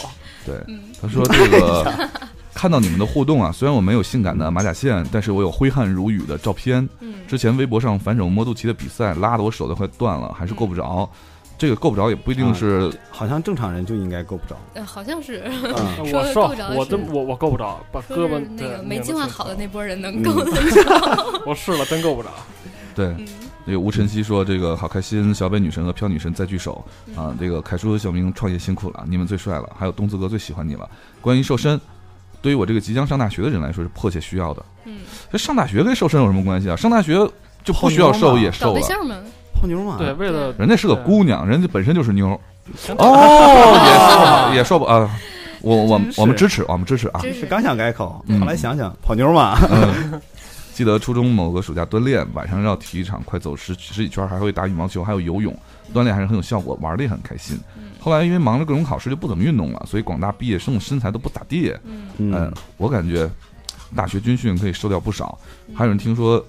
对，
嗯
他说这个看到你们的互动啊，虽然我没有性感的马甲线，但是我有挥汗如雨的照片，
嗯，
之前微博上反手摸肚脐的比赛拉的我手都快断了，还是够不着。这个够不着也不一定是
啊好像正常人就应该够不着。
呃好像是。
嗯
啊我
说
瘦
够不着，
我
是
真我我够不着，把胳
说
膊
是那
对
个没
拧得
进化
挺
好的
长
那波人能
嗯
够得着。
我试了，真够 不着。
对。
嗯
那个吴晨曦说：“这个好开心，小北女神和飘女神再聚首啊！这个凯叔和小明创业辛苦了，你们最帅了，还有东子哥最喜欢你了。关于瘦身，对于我这个即将上大学的人来说是迫切需要的。
嗯，
这上大学跟瘦身有什么关系啊？上大学就不需要瘦也
找
瘦
对
了，
象嘛，
泡妞嘛，
对，为了
人家是个姑娘，人家本身就是妞
真的
哦，也瘦也瘦吧啊！我我
是
我们支持，我们支持啊！
真
是
是
刚想改口，
嗯
后来想想泡妞嘛，
嗯， 记得初中某个暑假锻炼，晚上绕体育场快走十十几圈，还会打羽毛球，还有游泳，锻炼还是很有效果，玩的也很开心。
嗯
后来因为忙着各种考试，就不怎么运动了，所以广大毕业生身材都不咋地。
嗯，
嗯，我感觉大学军训可以瘦掉不少。
嗯
还有人听说，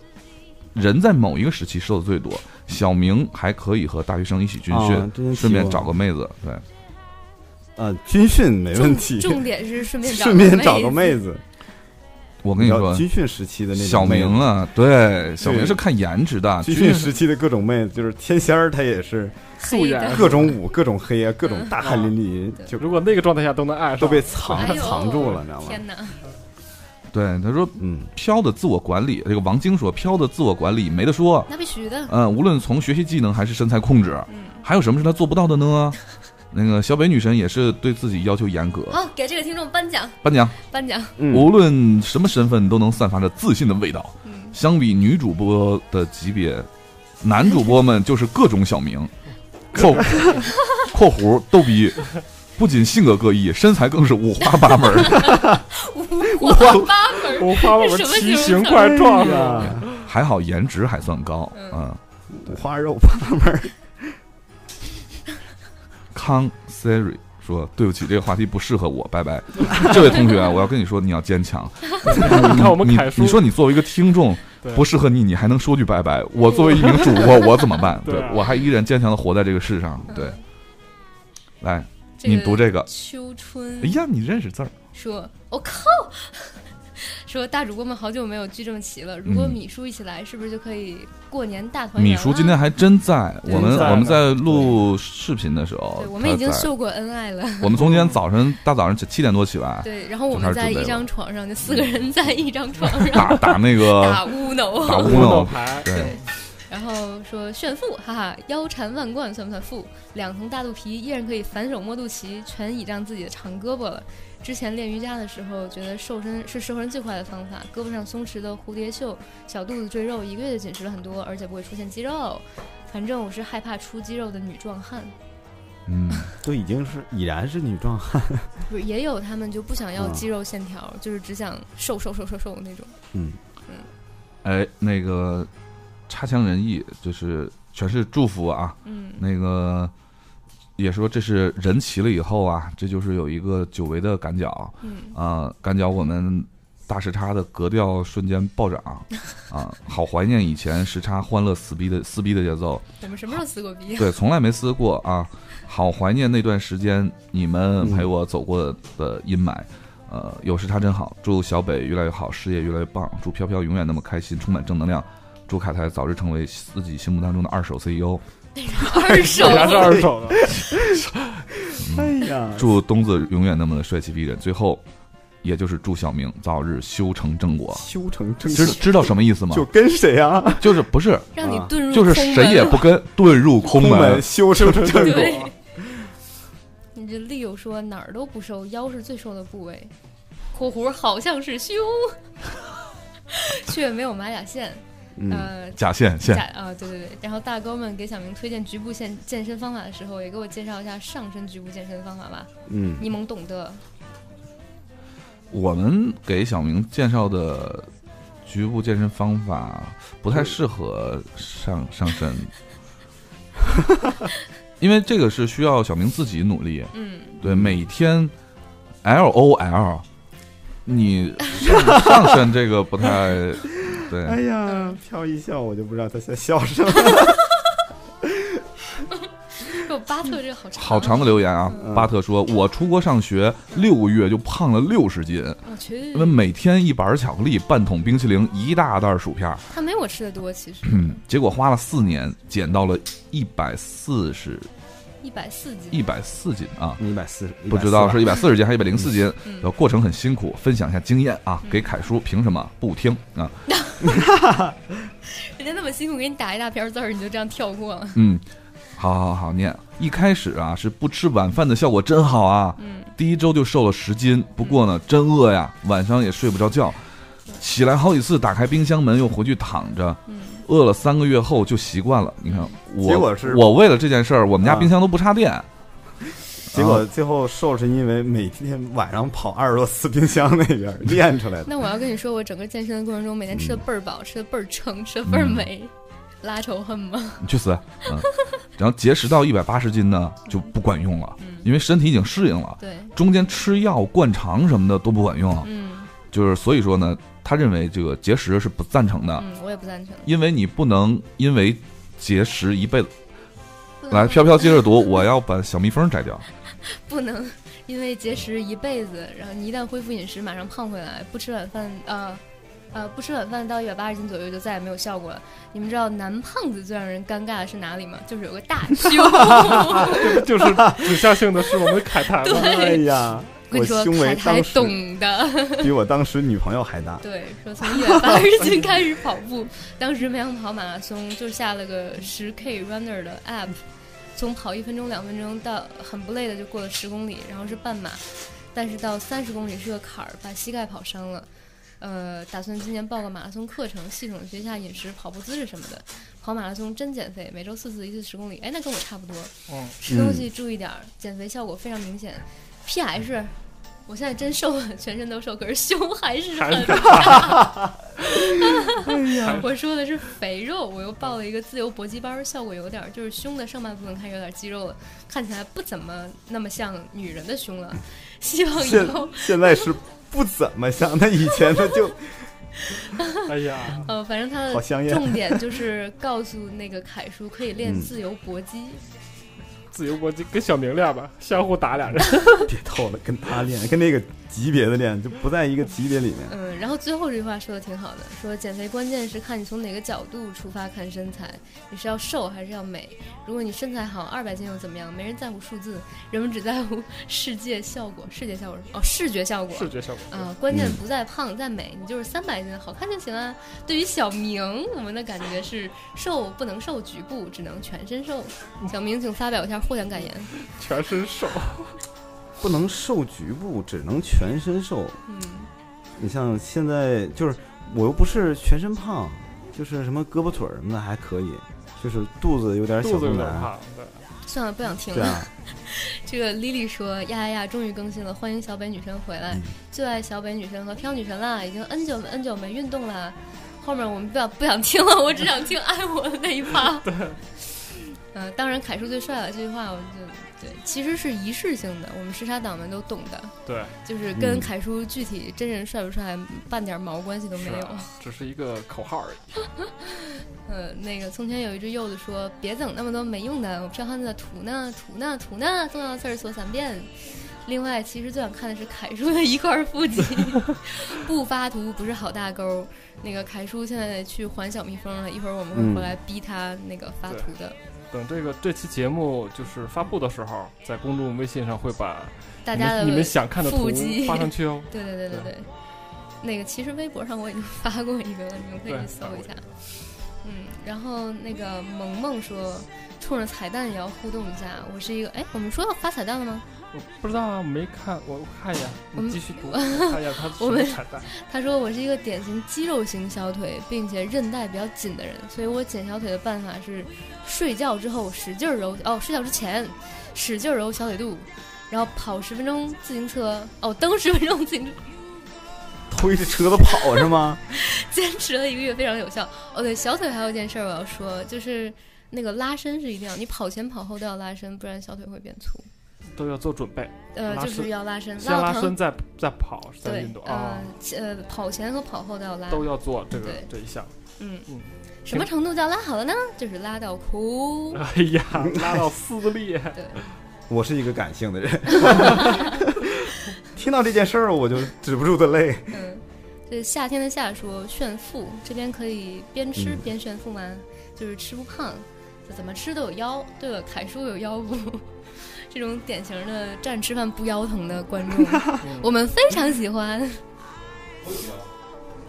人在某一个时期瘦的最多。小明还可以和大学生一起军训，
啊之前
顺便
提过
找个妹子。对，
呃，军训没问题，
重重点是顺 便
顺便找
个
个妹子。
我
我
跟你说，
军训时期的那种
小
妹子
明啊，对，小明
对
是看颜值啊的。
军训时期的各种妹子，就是天仙儿，她也是
素
黑
颜
的，
各种舞、各种黑啊，各种大汗淋漓，
嗯
就
如果那个状态下都能爱上，
都被藏
哎呦
啊 藏住了，你知道吗？
天哪，
对，他说
嗯，
飘的自我管理，这个王晶说飘的自我管理没得说。
那必须的，
嗯，无论从学习技能还是身材控制，
嗯，
还有什么是他做不到的呢？那个小北女神也是对自己要求严格。
好，给这个听众颁奖，
颁奖，
颁奖，
嗯
无论什么身份都能散发着自信的味道。
嗯，
相比女主播的级别，男主播们就是各种小 明，括括弧逗逼，不仅性格各异，身材更是五花八门。
五花八门，
五花八门，
什么
奇
形
形
容词
怪状
哎
啊！
呀
还好颜值还算高，嗯，
五花肉八门儿，
康 Siri 说：“对不起，这个话题不适合我，拜拜。” 这位同学，我要跟你说，你要坚强。
你看我们
你
凯叔，
你说你作为一个听众
对
不适合你，你还能说句拜拜？我作为一名主播，我怎么办？
对
对
啊
我还依然坚强的活在这个世上。
嗯
对，来，你读这个。
秋春
哎呀，你认识字儿？
说：“我、靠！” 说大主播们好久没有聚这么齐了，如果
嗯
米叔一起来，是不是就可以过年大团圆
米
了？
叔今天还真在，
对
我们
在呢
我们在录视频的时候
对，，我们已经
他在
秀过恩爱了，
我们从今天早晨大早上起七点多起来，
对，然后我们在一张床上，就四个人在一张床上
打打那 个
打乌
打
脑，
乌
乌
弄
脑，牌，
对，
然后说炫富，哈哈，腰缠万贯算不算富？两层大肚皮依然可以反手摸肚脐，全倚仗自己的长胳膊了。之前练瑜伽的时候，觉得瘦身是瘦身最快的方法，胳膊上松弛的蝴蝶袖，小肚子赘肉，一个月就紧实了很多，而且不会出现肌肉。反正我是害怕出肌肉的女壮汉，
嗯，
都已经是已然是女壮汉。
不是也有他们就不想要
嗯
肌肉线条，就是只想瘦瘦瘦瘦瘦那种。嗯
哎，那个差强人意，就是全是祝福啊。
嗯，
那个也说这是人齐了以后啊，这就是有一个久违的赶脚
嗯，
啊、赶脚我们大时差的格调瞬间暴 涨啊、好怀念以前时差欢乐撕逼的撕逼的节奏，
我们什么时候撕过 逼？啊
对，从来没撕过啊，好怀念那段时间你们陪我走过的阴霾。呃，有时差真好，祝小北越来越好，事业越来越棒，祝飘飘永远那么开心，充满正能量，祝凯凯早日成为自己心目当中的二手 E CEO，
哎二手
全是二手的，
哎呀，
祝东子永远那么的帅气逼人。最后，也就是祝小明早日修成正果。
修成正
知知道什么意思吗？
就跟谁啊？
就是不是呃
让你
啊
遁入
就是
空
谁
门
也不跟，遁入空
空
门
门。修成
啊
正 果，
对，你这利友说哪儿都不瘦，腰是最瘦的部位。（括弧好像是胸， 却没有马甲线。
嗯，
呃，
假线线
假啊，对对对。然后大哥们给小明推荐局部健健身方法的时候，也给我介绍一下上身局部健身方法吧。
嗯
你懵懂 的，
我们给小明介绍的局部健身方法不太适合上 上身，因为这个是需要小明自己努力。
嗯，
对，每天 L O L，你上上身这个 不太
哎
对。
嗯
呀，飘一笑，我就不知道他在笑 什么。
我巴特这个好长，
好长的留言啊！
嗯
巴特说：“我出国上学六个月就胖了六十斤，
嗯
我去
因，为每天一板巧克力、半桶冰淇淋、一大袋薯片，
他没我吃的多，其实
嗯， 结果花了四年减到了一百四十
一百四斤，
一百四斤啊，
一百四十，
不知道是一百四十斤还是一百零四斤，
嗯
呃，过程很辛苦，分享一下经验啊，
嗯
给凯叔凭什么不听 啊？
人家那么辛苦给你打一大篇字儿，你就这样跳过了，
嗯，好好好念，一开始啊是不吃晚饭的效果真好啊，
嗯，
第一周就瘦了十斤，不过呢真饿呀，晚上也睡不着觉，起来好几次打开冰箱门又回去躺着，
嗯
饿了三个月后就习惯了。你看我，
结果是
我为了这件事儿，我们家
啊
冰箱都不插电。
结果最后瘦是因为每天晚上跑阿尔洛斯冰箱那边练出来的。
那我要跟你说，我整个健身的过程中，每天吃的倍儿饱，吃的倍儿撑，吃的倍儿美，拉仇恨吗？
你去死！嗯，然后节食到一百八十斤呢就不管用了，因为身体已经适应了，
嗯对，
中间吃药、灌肠什么的都不管用，
嗯
就是所以说呢，他认为这个节食是不赞成的，
嗯，我也不赞成。
因为你不能因为节食一辈子。
不能
来，飘飘接着读，我要把小蜜蜂摘掉。
不能因为节食一辈子，然后你一旦恢复饮食，马上胖回来。不吃晚饭，啊，呃，不吃晚饭到一百八十斤左右就再也没有效果了。你们知道男胖子最让人尴尬的是哪里吗？就是有个大胸。
这不 就是指向性的是我们凯谈吗？
哎呀，
我跟你说，
胸围
凯台
当时
懂的。
比我当时女朋友还大。
对，说从一百八十斤开始跑步，当时没想跑马拉松，就下了个十 K Runner 的 app，从跑一分钟、两分钟到很不累的就过了十公里，然后是半马，但是到三十公里是个坎儿，把膝盖跑伤了。呃，打算今年报个马拉松课程，系统学一下饮食、跑步姿势什么的。跑马拉松真减肥，每周四次，一次十公里。哎，那跟我差不多。
嗯，
吃东西注意点儿，减肥效果非常明显。PS，我现在真瘦了，全身都瘦，可是胸还是很大。
哎
我说的是肥肉，我又报了一个自由搏击班儿，效果有点儿，就是胸的上半部分开始有点肌肉了，看起来不怎么那么像女人的胸了。希望以
现
后
现在是不怎么像，那以前他就
哎呀，
呃，反正他
好香
的
艳
重点就是告诉那个凯叔可以练自由搏击，
自由搏击跟小明练吧，相互打俩人。
别逗了，跟他练，跟那个级别的练，就不在一个级别里面。
嗯，然后最后这句话说的挺好的，说减肥关键是看你从哪个角度出发看身材，你是要瘦还是要美？如果你身材好，二百斤又怎么样？没人在乎数字，人们只在乎世界效果，视觉效果是哦，视觉效果。
视觉效果。
啊、关键不在胖，在美，你就是三百斤好看就行啊。对于小明，我们的感觉是瘦不能瘦局部，只能全身瘦。小明，请发表一下获奖感言。
全 身瘦，
不能瘦局部，只能全身瘦。
嗯，
你像现在就是我又不是全身胖，就是什么胳膊腿儿什么的还可以，就是肚子有点小
肚子有
肚
点
腩。
胖，对，
算了，不想听
对
了。
啊，
这个 Lily 说：“呀呀呀，终于更新了，欢迎小北女神回来，最爱小北女神和飘女神啦，已经 N 久 N 久没运动啦。后面我们不想不想听了，我 只想听 爱哎我的那一趴。对，嗯、当然凯叔最帅了这句话，我就对，其实是仪式性的，我们时差党们都懂的，
对，
就是
嗯
跟凯叔具体真人帅不帅半点毛关系都没
是
有。
啊，只是一个口号而已。
呃，那个从前有一只柚子说：“别整那么多没用的，我票汉子的图呢，图呢，图呢，重要的字儿说三遍。”另外，其实最想看的是凯叔的一块儿腹肌， 不发图不是好大勾儿。那个凯叔现在去还小蜜蜂了，一会儿我们会回来逼他那个发图的。
等这个这期节目就是发布的时候，在公众微信上会把
大
你
家的
们你们想看的图
腹肌
发上去哦。
对对对对对，那个其实微博上我已经发过一个了，你们可以
对
去搜
发过
一
一
下。嗯，然后那个萌萌说，冲着彩蛋也要互动一下。我是一个，哎，我们说要发彩蛋了吗？
我不知道啊，没看，我看一眼，
我们
你 继续读，我看一眼他什
我
么
们
彩蛋。
他说我是一个典型肌肉型小腿，并且韧带比较紧的人，所以我减小腿的办法是睡觉之后使劲儿揉，哦，睡觉之前使劲儿揉小腿肚，然后跑十分钟自行车，哦，蹬十分钟自行车，
推着车子跑是吗？
坚持了一个月，非常有效。哦，对，小腿还有一件事儿我要说，就是那个拉伸是一定要，你跑前跑后都要拉伸，不然小腿会变粗。
都要做准备，
呃，
拉
就
伸
是要拉伸，
先
拉
拉
到
伸
疼。
再再跑再
对
运动，啊
呃，呃，跑前和跑后都要拉，
都要做这个
啊对
这一项。
嗯
嗯，
什么程度叫拉好了呢？就是拉到哭。
哎呀，拉到撕裂，
对，
我是一个感性的人， 听到这件事儿我就止不住的泪。
嗯， 这夏天的夏说炫富，这边可以边吃
嗯
边炫富吗？就是吃不胖，就怎么吃都有腰。对了，凯叔有腰部， 这种典型的站吃饭不腰疼的观众，我们非常喜欢。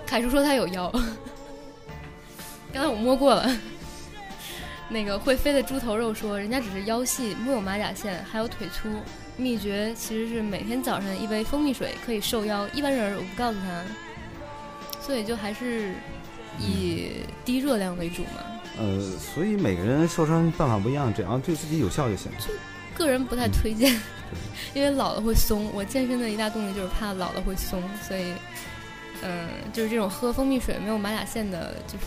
凯叔说他有腰， 刚才我摸过了。那个会飞的猪头肉说，人家只是腰细，木有马甲线，还有腿粗。秘诀其实是每天早上一杯蜂蜜水可以瘦腰，一般人我不告诉他，所以就还是以低热量为主嘛。
呃，所以每个人瘦身办法不一样，只要对自己有效就行。
个人不太推荐， 因为老了会松。我健身的一大动力就是怕老了会松，所以，嗯、就是这种喝蜂蜜水没有马甲线的，就是，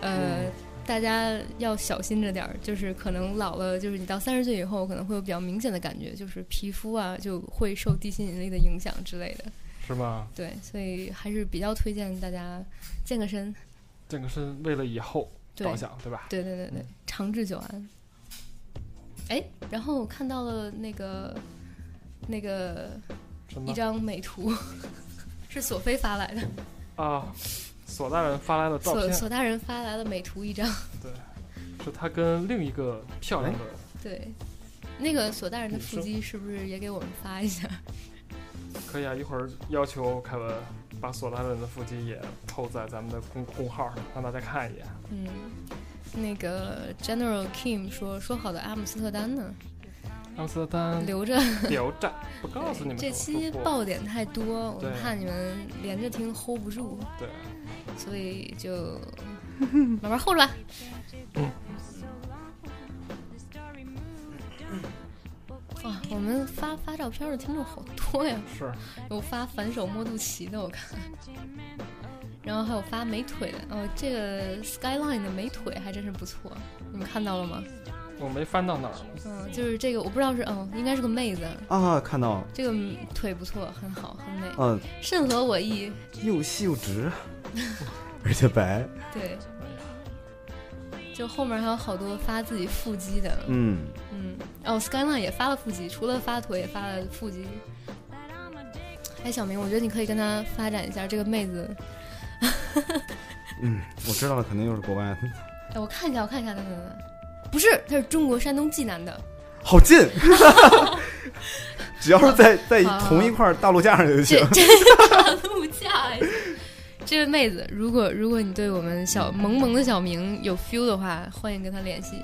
呃，大家要小心着点儿。就是可能老了，就是你到三十岁以后，可能会有比较明显的感觉，就是皮肤啊就会受地心引力的影响之类的。
是吧？
对，所以还是比较推荐大家健个身。
这个是为了以后
对
着想，对吧？嗯
对对对对，长治久安。哎，然后我看到了那个那个
什
一
么
张美图，是索菲发来的，
啊？索大人发来的照
索
片
索大人发来的美图一张。
是他跟另一个漂亮的
哎
对，那个索大人的
女
腹
生
肌是不是也给我们发一下？
可以啊，一会儿要求凯文把索大人的腹肌也透在咱们的公公号上，让大家看一眼。
嗯，那个 General Kim 说说好的阿姆斯特丹呢，
阿姆斯特丹
留着。
聊站，不告诉你们
这
怎么
期
说过
爆点太多，我
对
怕你们连着听 hold 不住。
对，
所以就 慢慢 hold 着吧。哇、我们发发照片的听众好多呀！
是
有发反手摸肚脐的，我看，然后还有发美腿的。哦，这个 Skyline 的美腿还真是不错，你们看到了吗？
我没翻到哪儿呢。
嗯，就是这个，我不知道是，嗯，应该是个妹子，
啊，看到了，
这个腿不错，很好，很美，
嗯、
甚合我意。
又细又直，而且白，
对，就后面还有好多发自己腹肌的，
嗯，
嗯，哦，Skyline 也发了腹肌，除了发腿，也发了腹肌。哎，小明，我觉得你可以跟他发展一下这个妹子。
嗯，我知道了，肯定又是国外的，
哎，我看一下，我看一下，等等等，不是，他是中国山东济南的。
好近， 只要是在在同一块大陆架上就行
这。这大陆架呀。这位妹子，如果如果你对我们小萌萌的小明有 feel 的话，欢迎跟他联系。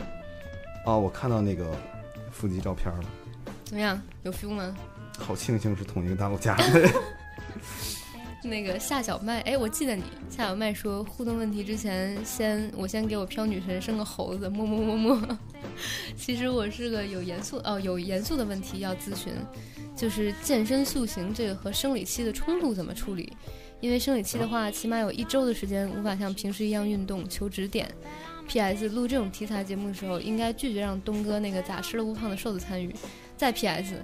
啊，我看到那个腹肌照片了，
怎么样？有 feel 吗？
好庆幸是同一个大陆架上的。
那个夏小麦，哎，我记得你。夏小麦说，互动问题之前，先我先给我飘女神生个猴子，么么么么。 其实我是个有严肃哦，有严肃的问题要咨询，就是健身塑形这个和生理期的冲突怎么处理？因为生理期的话，起码有一周的时间无法像平时一样运动，求指点。P.S. 录这种题材节目的时候，应该拒绝让东哥那个咋吃了不胖的瘦子参与。再 P.S.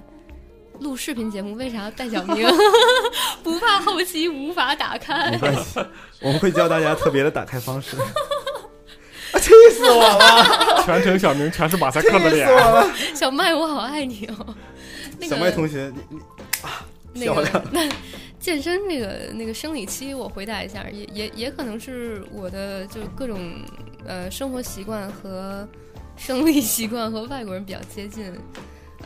录视频节目为啥要带小明？ 不怕后期无法打开
没。关 系，我们会教大家特别的打开方式。啊，气死我了！
全程小明全是马赛
气
克
死
的脸
我，了！
小麦，我好爱你哦。那个
小麦同学，你你
那
漂
个
亮
那 健身那个那个生理期，我回答一下，也也也可能是我的就各种呃生活习惯和生理习惯和外国人比较接近。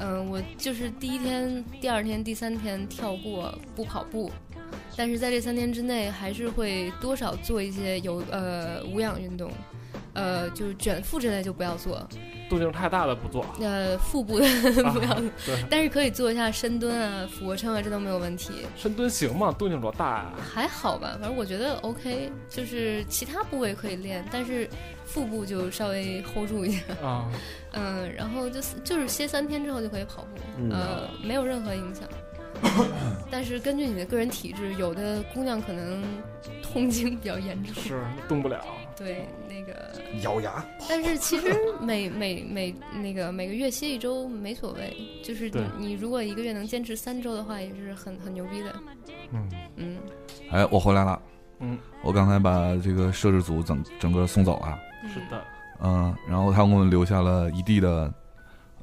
嗯、我就是第一天、第二天、第三天跳过不跑步，但是在这三天之内还是会多少做一些有呃无氧运动，呃就是卷腹之类就不要做，
动静太大的不做。
呃腹部的 不
啊
要做，
对，
但是可以做一下深蹲啊、俯卧撑啊，这都没有问题。
深蹲行吗？动静多大啊呀、
还好吧，反正我觉得 OK，就是其他部位可以练，但是腹部就稍微 hold 住一下，
啊？
嗯，然后就是就是歇三天之后就可以跑步，
嗯
呃，没有任何影响。但是根据你的个人体质，有的姑娘可能痛经比较严重，
是动不了。
对那个，
咬牙，
但是其实每每每那个每个月歇一周没所谓，就是
对
你如果一个月能坚持三周的话，也是很很牛逼的，
嗯，
嗯
哎，我回来了，
嗯，
我刚才把这个摄制组整整个送走了，
是
嗯，
的，
嗯、然后他给我们留下了一地的，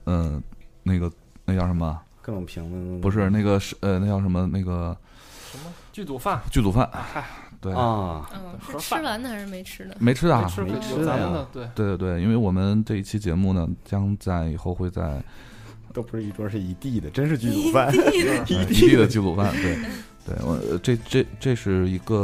嗯、那个那叫什么？
各种评论
不是那个是呃，那叫什么？那个
什么剧组饭？
剧组饭，
嗨，
对，
啊，
嗯，是
盒
吃
饭
完的还是没吃的？
没吃的啊，
没吃
没
过
吃
有咱
的呀
们的对，
对对对，因为我们这一期节目呢，将在以后会在
都不是一桌，是一地的，真是剧组饭，
呃异地的剧组饭，对对，我呃这这这是一个，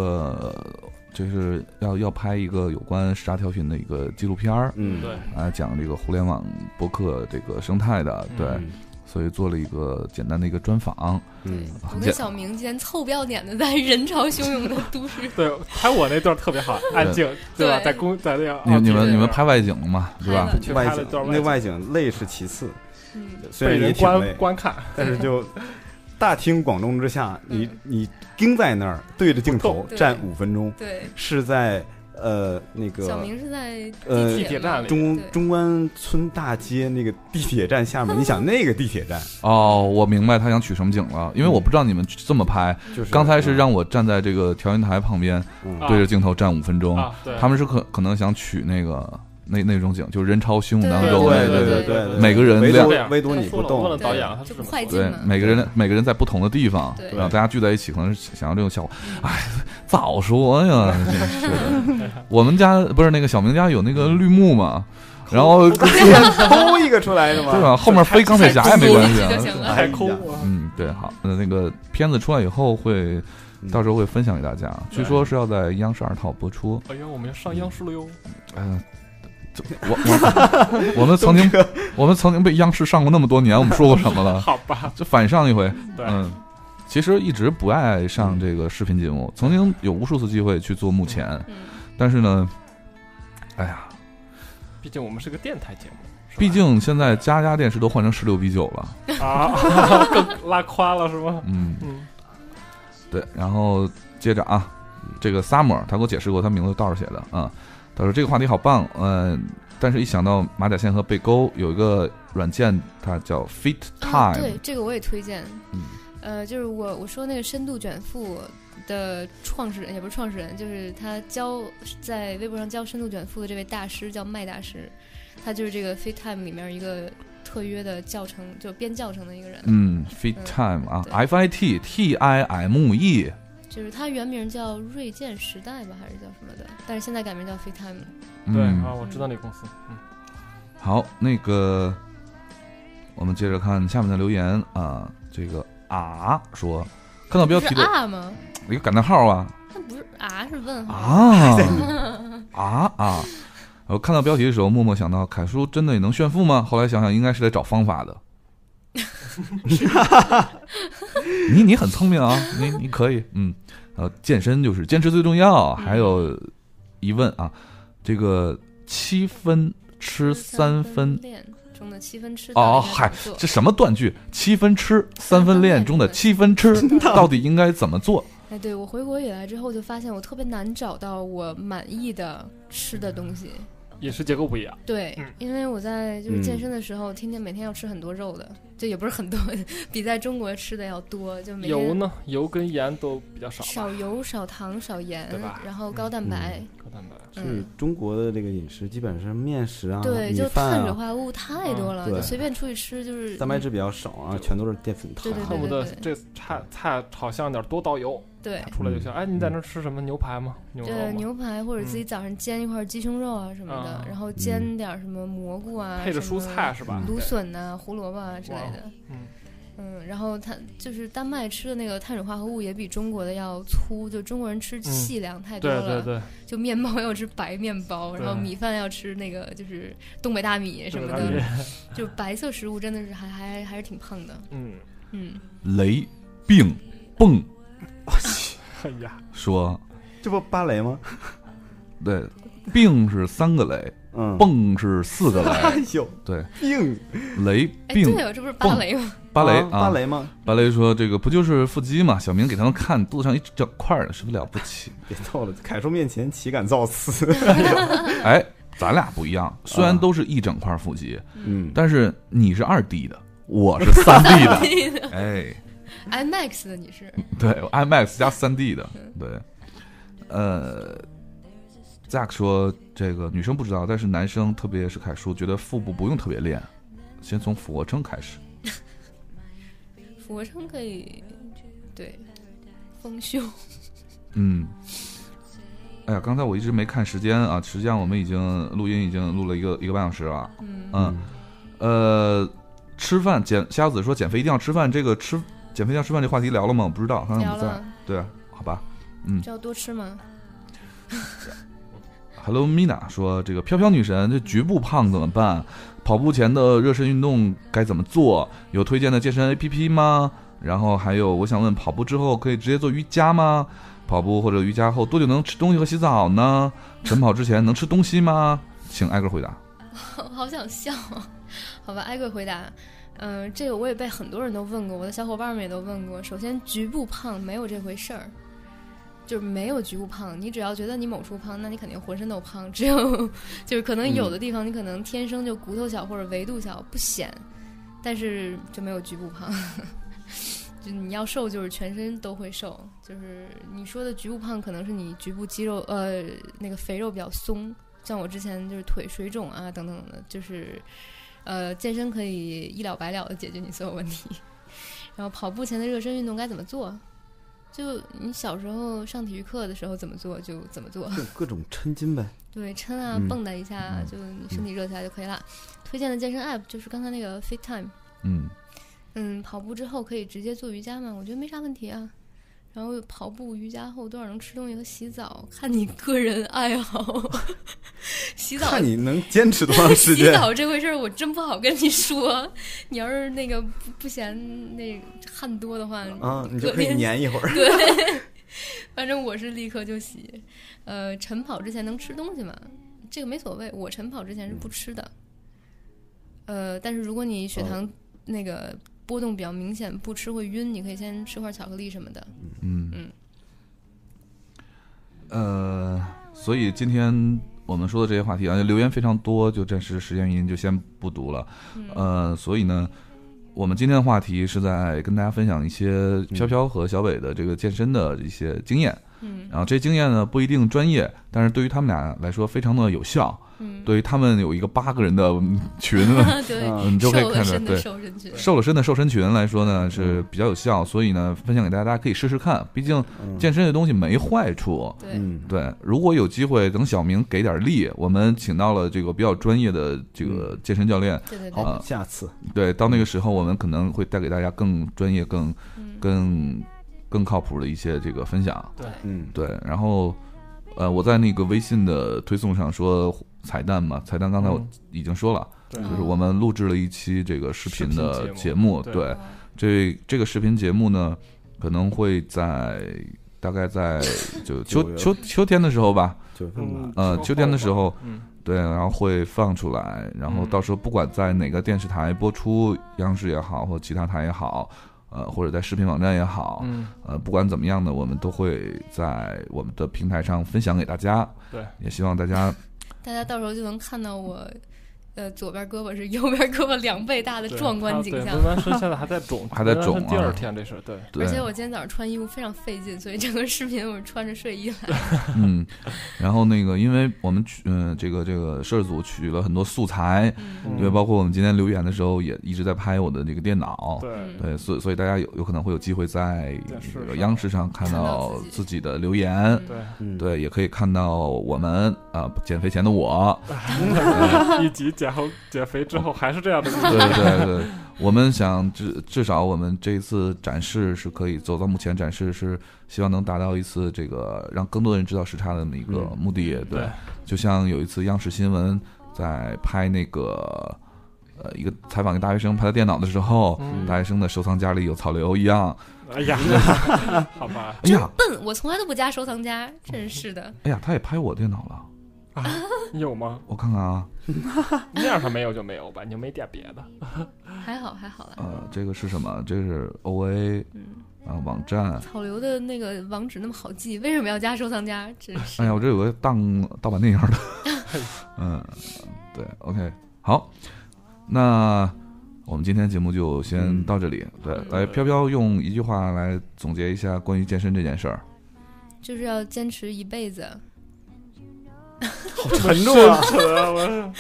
呃这是要要拍一个有关时差调频的一个纪录片儿
嗯，
对，
啊，讲这个互联网博客这个生态的，对，
嗯，
所以做了一个简单的一个专访。啊
嗯，
我跟小明今天凑不要脸的在人潮汹涌的都市
对，拍我那段特别好，安静，对吧？
对
在公在那个哦
你们你们
哦对
你们拍外景了吗？对吧
拍？了
去
外
拍了
景
段
那外景累是其次，
嗯，
虽
被
然也
人
挺累
观，观看，
但是就大庭广众之下，你你盯在那儿对着镜
不
头
动对
站五分钟，
对，
是在呃那个
小明是在
呃
地
地铁站
嘛
里
中
对
中关村大街那个地铁站下面，你想那个地铁站
哦，我明白他想取什么景了，因为我不知道你们这么拍。
就是
刚才是让我站在这个调音台旁边，
嗯
啊
对着镜头站五分钟。
啊，对，
他们是可可能想取那个那那种景，就是人潮汹涌当
对
中
对
对
那个
对
对
对，
每个人
唯
量
独
这样
唯独
他
你
说
不
了我
动
问了，导演，他是
就
这么
快
说
进
对
嘛，
每个人每个人在不同的地方，
对
然后大家聚在一起，可能是想要这种效果。哎，早说呀，真是 的。我们家不是那个小明家有那个绿 幕嘛，然后 对
抠一个出来是吗？
吧？啊后面飞钢铁侠也没关系
就
啊。
行了。
哎
太
呀
空了。
嗯，对，好，那那个片子出来以后会，
嗯
到时候会分享给大家。啊据说是要在央视二套播出。
哎呀，我们要上央视了 哟！
嗯，这我我我 们曾经我们曾经被央视上过那么多年，我们说过什么了？
好吧，
就反上一回。
对嗯
嗯，其实一直不爱上这个视频节目，曾经有无数次机会去做幕前，
嗯，
但是呢，哎呀，
毕竟我们是个电台节目，是吧
毕竟现在家家电视都换成十六比九 了，
啊， 更拉胯了是吗？
嗯，
嗯，
对，然后接着啊，这个 Summer 他给我解释过，他名字倒是写的啊，他说这个话题好棒，嗯、但是一想到马甲线和背沟，有一个软件它叫 Fit
啊
Time，、
对，这个我也推荐。
哎嗯
呃，就是我我说那个深度卷腹的创始人，也不是创始人，就是他教在微博上教深度卷腹的这位大师叫麦大师，他就是这个 Fit Time 里面一个特约的教程，就编教程的一个人。
嗯，Fit Time 啊
对
，F I T T I M E，
就是他原名叫锐健时代吧，还是叫什么的，但是现在改名叫 Fit Time。
嗯、
对啊，我知道那个公司，嗯，
好，那个我们接着看下面的留言啊、这个啊说，看到标
不
题
是
的
啊吗？
一个感叹号啊
那不是啊，是问号。
啊 啊啊！我看到标题的时候，默默想到凯叔真的也能炫富吗？后来想想，应该是得找方法的。你你很聪明啊，你你可以，嗯，呃，健身就是坚持最重要。还有疑问啊，这个七分吃三分
练中的七分吃
哦
到底该
嗨
怎么做
这什么断句？七分吃，三分练中的七分吃，到底应该怎么做？
哎，对我回国以来之后，就发现我特别难找到我满意的吃的东西。
饮食结构不一样，
对，
嗯
因为我在就是健
嗯
身的时候，天天每天要吃很多肉的，就也不是很多， 比在中国吃的要多，就每
油
天
呢，油跟盐都比较少
少
吧，
油、少糖、少盐
对吧，嗯
然后高蛋白，
高蛋白。
是
嗯，
中国的这个饮食基本是面食啊，
对，
米
就
饭
碳水
啊，
化合物太多了，
嗯对
就随便出去吃就是
蛋白质比较少啊，全都是淀粉糖
对对
啊。
恨不得
对
这菜菜炒香点，多倒油，
对。
出来就行。哎，你在那儿吃什么牛排吗？牛肉
对
吗？嗯
牛排或者自己早上煎一块鸡胸肉啊什么的，
啊
然后煎点儿什么蘑菇啊，
配着
什
蔬
么
菜是吧？
芦
对
笋呐、胡萝卜啊之类的。
嗯
嗯，然后它就是丹麦吃的那个碳水化合物也比中国的要粗，就中国人吃细粮太多
对
了，
嗯对对，
就面包要吃白面包，
对
然后米饭要吃那个就是东北大米什么
这个
的，
感觉
就白色食物真的是还还还是挺胖的。
嗯，
嗯，
雷并蹦
哎呀，
说，
这不芭蕾吗？
对，并是三个雷，
嗯，
蹦是四个雷，
哎呦，
对，
硬
雷
哎，
并
对哦，这不是芭蕾吗？
芭蕾
啊芭
啊。
蕾吗？
芭蕾说：“这个不就是腹肌嘛？小明给他们看肚子上一整块儿的，是不是了不起？
别逗了，凯叔面前岂敢造次？
哎，咱俩不一样，虽然都是一整块腹肌，
啊嗯，
但是你是二 D 的，我是 三 D 的。哎，
IMAX 的你是，
对，IMAX 加三 D 的，
嗯
对，呃，Zack 说这个女生不知道，但是男生，特别是凯叔，觉得腹部不用特别练，先从俯卧撑开始。
俯卧撑可以，对，丰胸，
嗯，哎呀，刚才我一直没看时间啊，实际上我们已经录音已经录了一个一个半小时了。
嗯，
嗯，呃，吃饭减瞎子说减肥一定要吃饭，这个吃减肥一定要吃饭这话题聊了吗？我不知啊道，刚才
聊
我们在
了，
对，好吧，
这要多吃吗？
Hello Mina 说，这个飘飘女神这局部胖怎么办？跑步前的热身运动该怎么做？有推荐的健身 APP 吗？然后还有，我想问，跑步之后可以直接做瑜伽吗？跑步或者瑜伽后多久能吃东西和洗澡呢？晨跑之前能吃东西吗？请挨个回答。
我 好想笑啊！ 好吧，挨个回答。嗯、这个我也被很多人都问过，我的小伙伴们也都问过。首先，局部胖没有这回事儿，就是没有局部胖。你只要觉得你某处胖，那你肯定浑身都胖。只有 就是可能有的地方你可能天生就骨头小或者维度小不显，但是就没有局部胖。就你要瘦，就是全身都会瘦。就是你说的局部胖，可能是你局部肌肉呃那个肥肉比较松，像我之前就是腿水肿啊等等的，就是呃健身可以一了百了的解决你所有问题。 然后跑步前的热身运动该怎么做？就你小时候上体育课的时候怎么做就怎么做，
各各种抻筋呗。
对，抻啊
嗯
蹦跶一下啊，就你身体热起来就可以了。推荐的健身 app 就是刚才那个 Fit Time。
嗯，
嗯，跑步之后可以直接做瑜伽吗？我觉得没啥问题啊。然后跑步、瑜伽后多少能吃东西和洗澡，看你个人爱好。 洗澡
看你能坚持多长时
洗
间。
澡这回事儿，我真不好跟你说。你要是那个不不嫌那汗多的话，
啊，你
隔
就可以
天
粘一会儿。
对，反正我是立刻就洗。呃，晨跑之前能吃东西吗？这个没所谓，我晨跑之前是
嗯
不吃的。呃，但是如果你
哦
血糖那个波动比较明显，不吃会晕，你可以先吃块巧克力什么的。
嗯
嗯
嗯
呃，所以今天我们说的这些话题啊，留言非常多，就暂时时间原因就先不读了。
嗯
呃，所以呢，我们今天的话题是在跟大家分享一些飘飘和小伟的这个健身的一些经验。嗯，然后这些经验呢不一定专业，但是对于他们俩来说非常的有效。嗯，对于他们有一个八个人的嗯群，
对，
嗯你就可以
瘦
看
了
出来，
身的
对，
瘦身群。
瘦了身的瘦身群来说
嗯
呢是比较有效，所以呢分享给大家，大家可以试试看。毕竟健身这东西没坏处。
对，
嗯，
对，如果有机会，等小明给点力，我们请到了这个比较专业的这个健身教练。
对对对，
啊
嗯好，下次
对，到那个时候，我们可能会带给大家更专业、更、
嗯
更、更靠谱的一些这个分享。
嗯，
对，然后，呃，我在那个微信的推送上说彩蛋嘛，彩蛋刚才我
嗯
已经说了，
对
就是我们录制了一期这个视频
视
的
频
节
节
目，
目
对，这这个视频节目呢，可能会在大概在就秋
九月
秋秋天的时候吧，
九月份吧，
呃，秋天的时，候，
嗯，
对，然后会放出来，然后
嗯
到时候不管在哪个电视台播出，央视也好，或其他台也好，呃，或者在视频网站也好，
嗯，
呃，不管怎么样呢，我们都会在我们的平台上分享给大家。
对，
也希望大家
大家到时候就能看到我，呃，左边胳膊是右边胳膊两倍大的
对
壮观
他
景
对
象
文。兰生现在还在肿，
还在
文兰
肿
生第
啊
二天这是对，
对
而，且我今天早上穿衣服非常费劲，所以整个视频我是穿着睡衣来的。
嗯，然后那个，因为我们取嗯、这个这个摄制组取了很多素材，因为包括我们今天留言的时候也一直在拍我的那个电脑。
对
对，所以所以大家有有可能会有机会在
电视
这个
上
央视上看
看
到
到
自
自
己的留言，
对，
嗯，
对，也可以看到我们啊、减肥前的我，
一集减后减肥之后还是这样的，
对对对，我们想至至少我们这一次展示是可以走到目前展示是希望能达到一次这个让更多人知道时差的那么一个目的，对，
嗯对
就像有一次央视新闻在拍那个呃一个采访一个大学生拍他电脑的时候，
嗯
大学生的收藏夹里有草榴一样，
哎 呀，好吧，
哎呀
笨，我从来都不加收藏夹，真是的。
哎呀，他也拍我电脑了，
你 有吗？
我看看啊，
那样上没有就没有吧，你就没点别的，
还好还好啦。
呃，这个是什么？这是 OA
嗯，
啊、网站。
草榴的那个网址那么好记，为什么要加收藏夹？真是
哎。呀，我这有个当盗版 那样的，嗯，对，OK，好，那我们今天节目就
嗯
先到这里。对，来，飘飘用一句话来总结一下关于健身这件事儿。
就是要坚持一辈子。
好沉重啊！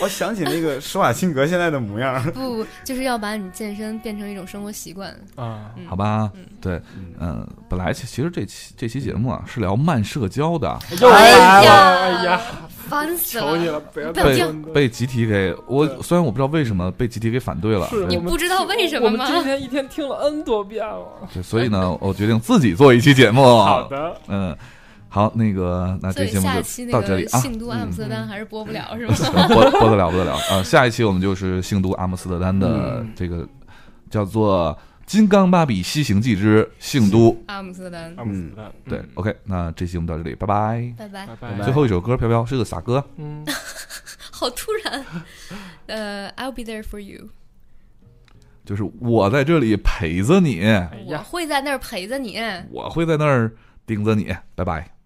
我想起那个施瓦辛格现在的模样。
不，就是要把你健身变成一种生活习惯。
啊，
嗯
好，吧
嗯，
对，嗯，本来其其实这期这期节目啊是聊慢社交的，
又来了，
哎
哎
呀
呀，
烦死
求你
了！
了，不要
不
再
要
被
听
问了
被集体给我，
对
虽然我不知道为什么被集体给反对了，嗯
是
对
我们
不知道为什么
我们今
吗？
天一天听了 N 多遍了。
对所以呢，我决定自己做一期节目。
好的，
嗯，好，那个那
所
这
以
节目
下一期
就
那
到这
个
里
《
啊，
性都阿姆斯特丹》还是播不
嗯
了，是吗？
播播得了，播得了啊、下一期我们就是姓都阿姆斯特丹的
嗯
这个叫做《金刚芭比西行记之姓都》。
阿姆斯特丹，
阿姆斯特丹，
对
嗯
，OK，那这期我们到这里，拜拜。
拜拜
拜。拜。
最后一首歌，飘飘是个啥歌？
嗯，
好突然， 呃，I'll be there for you，
就是我在这里陪着你，
哎
我
呀，
会在那儿陪着你。
我会在那儿盯着你。拜拜。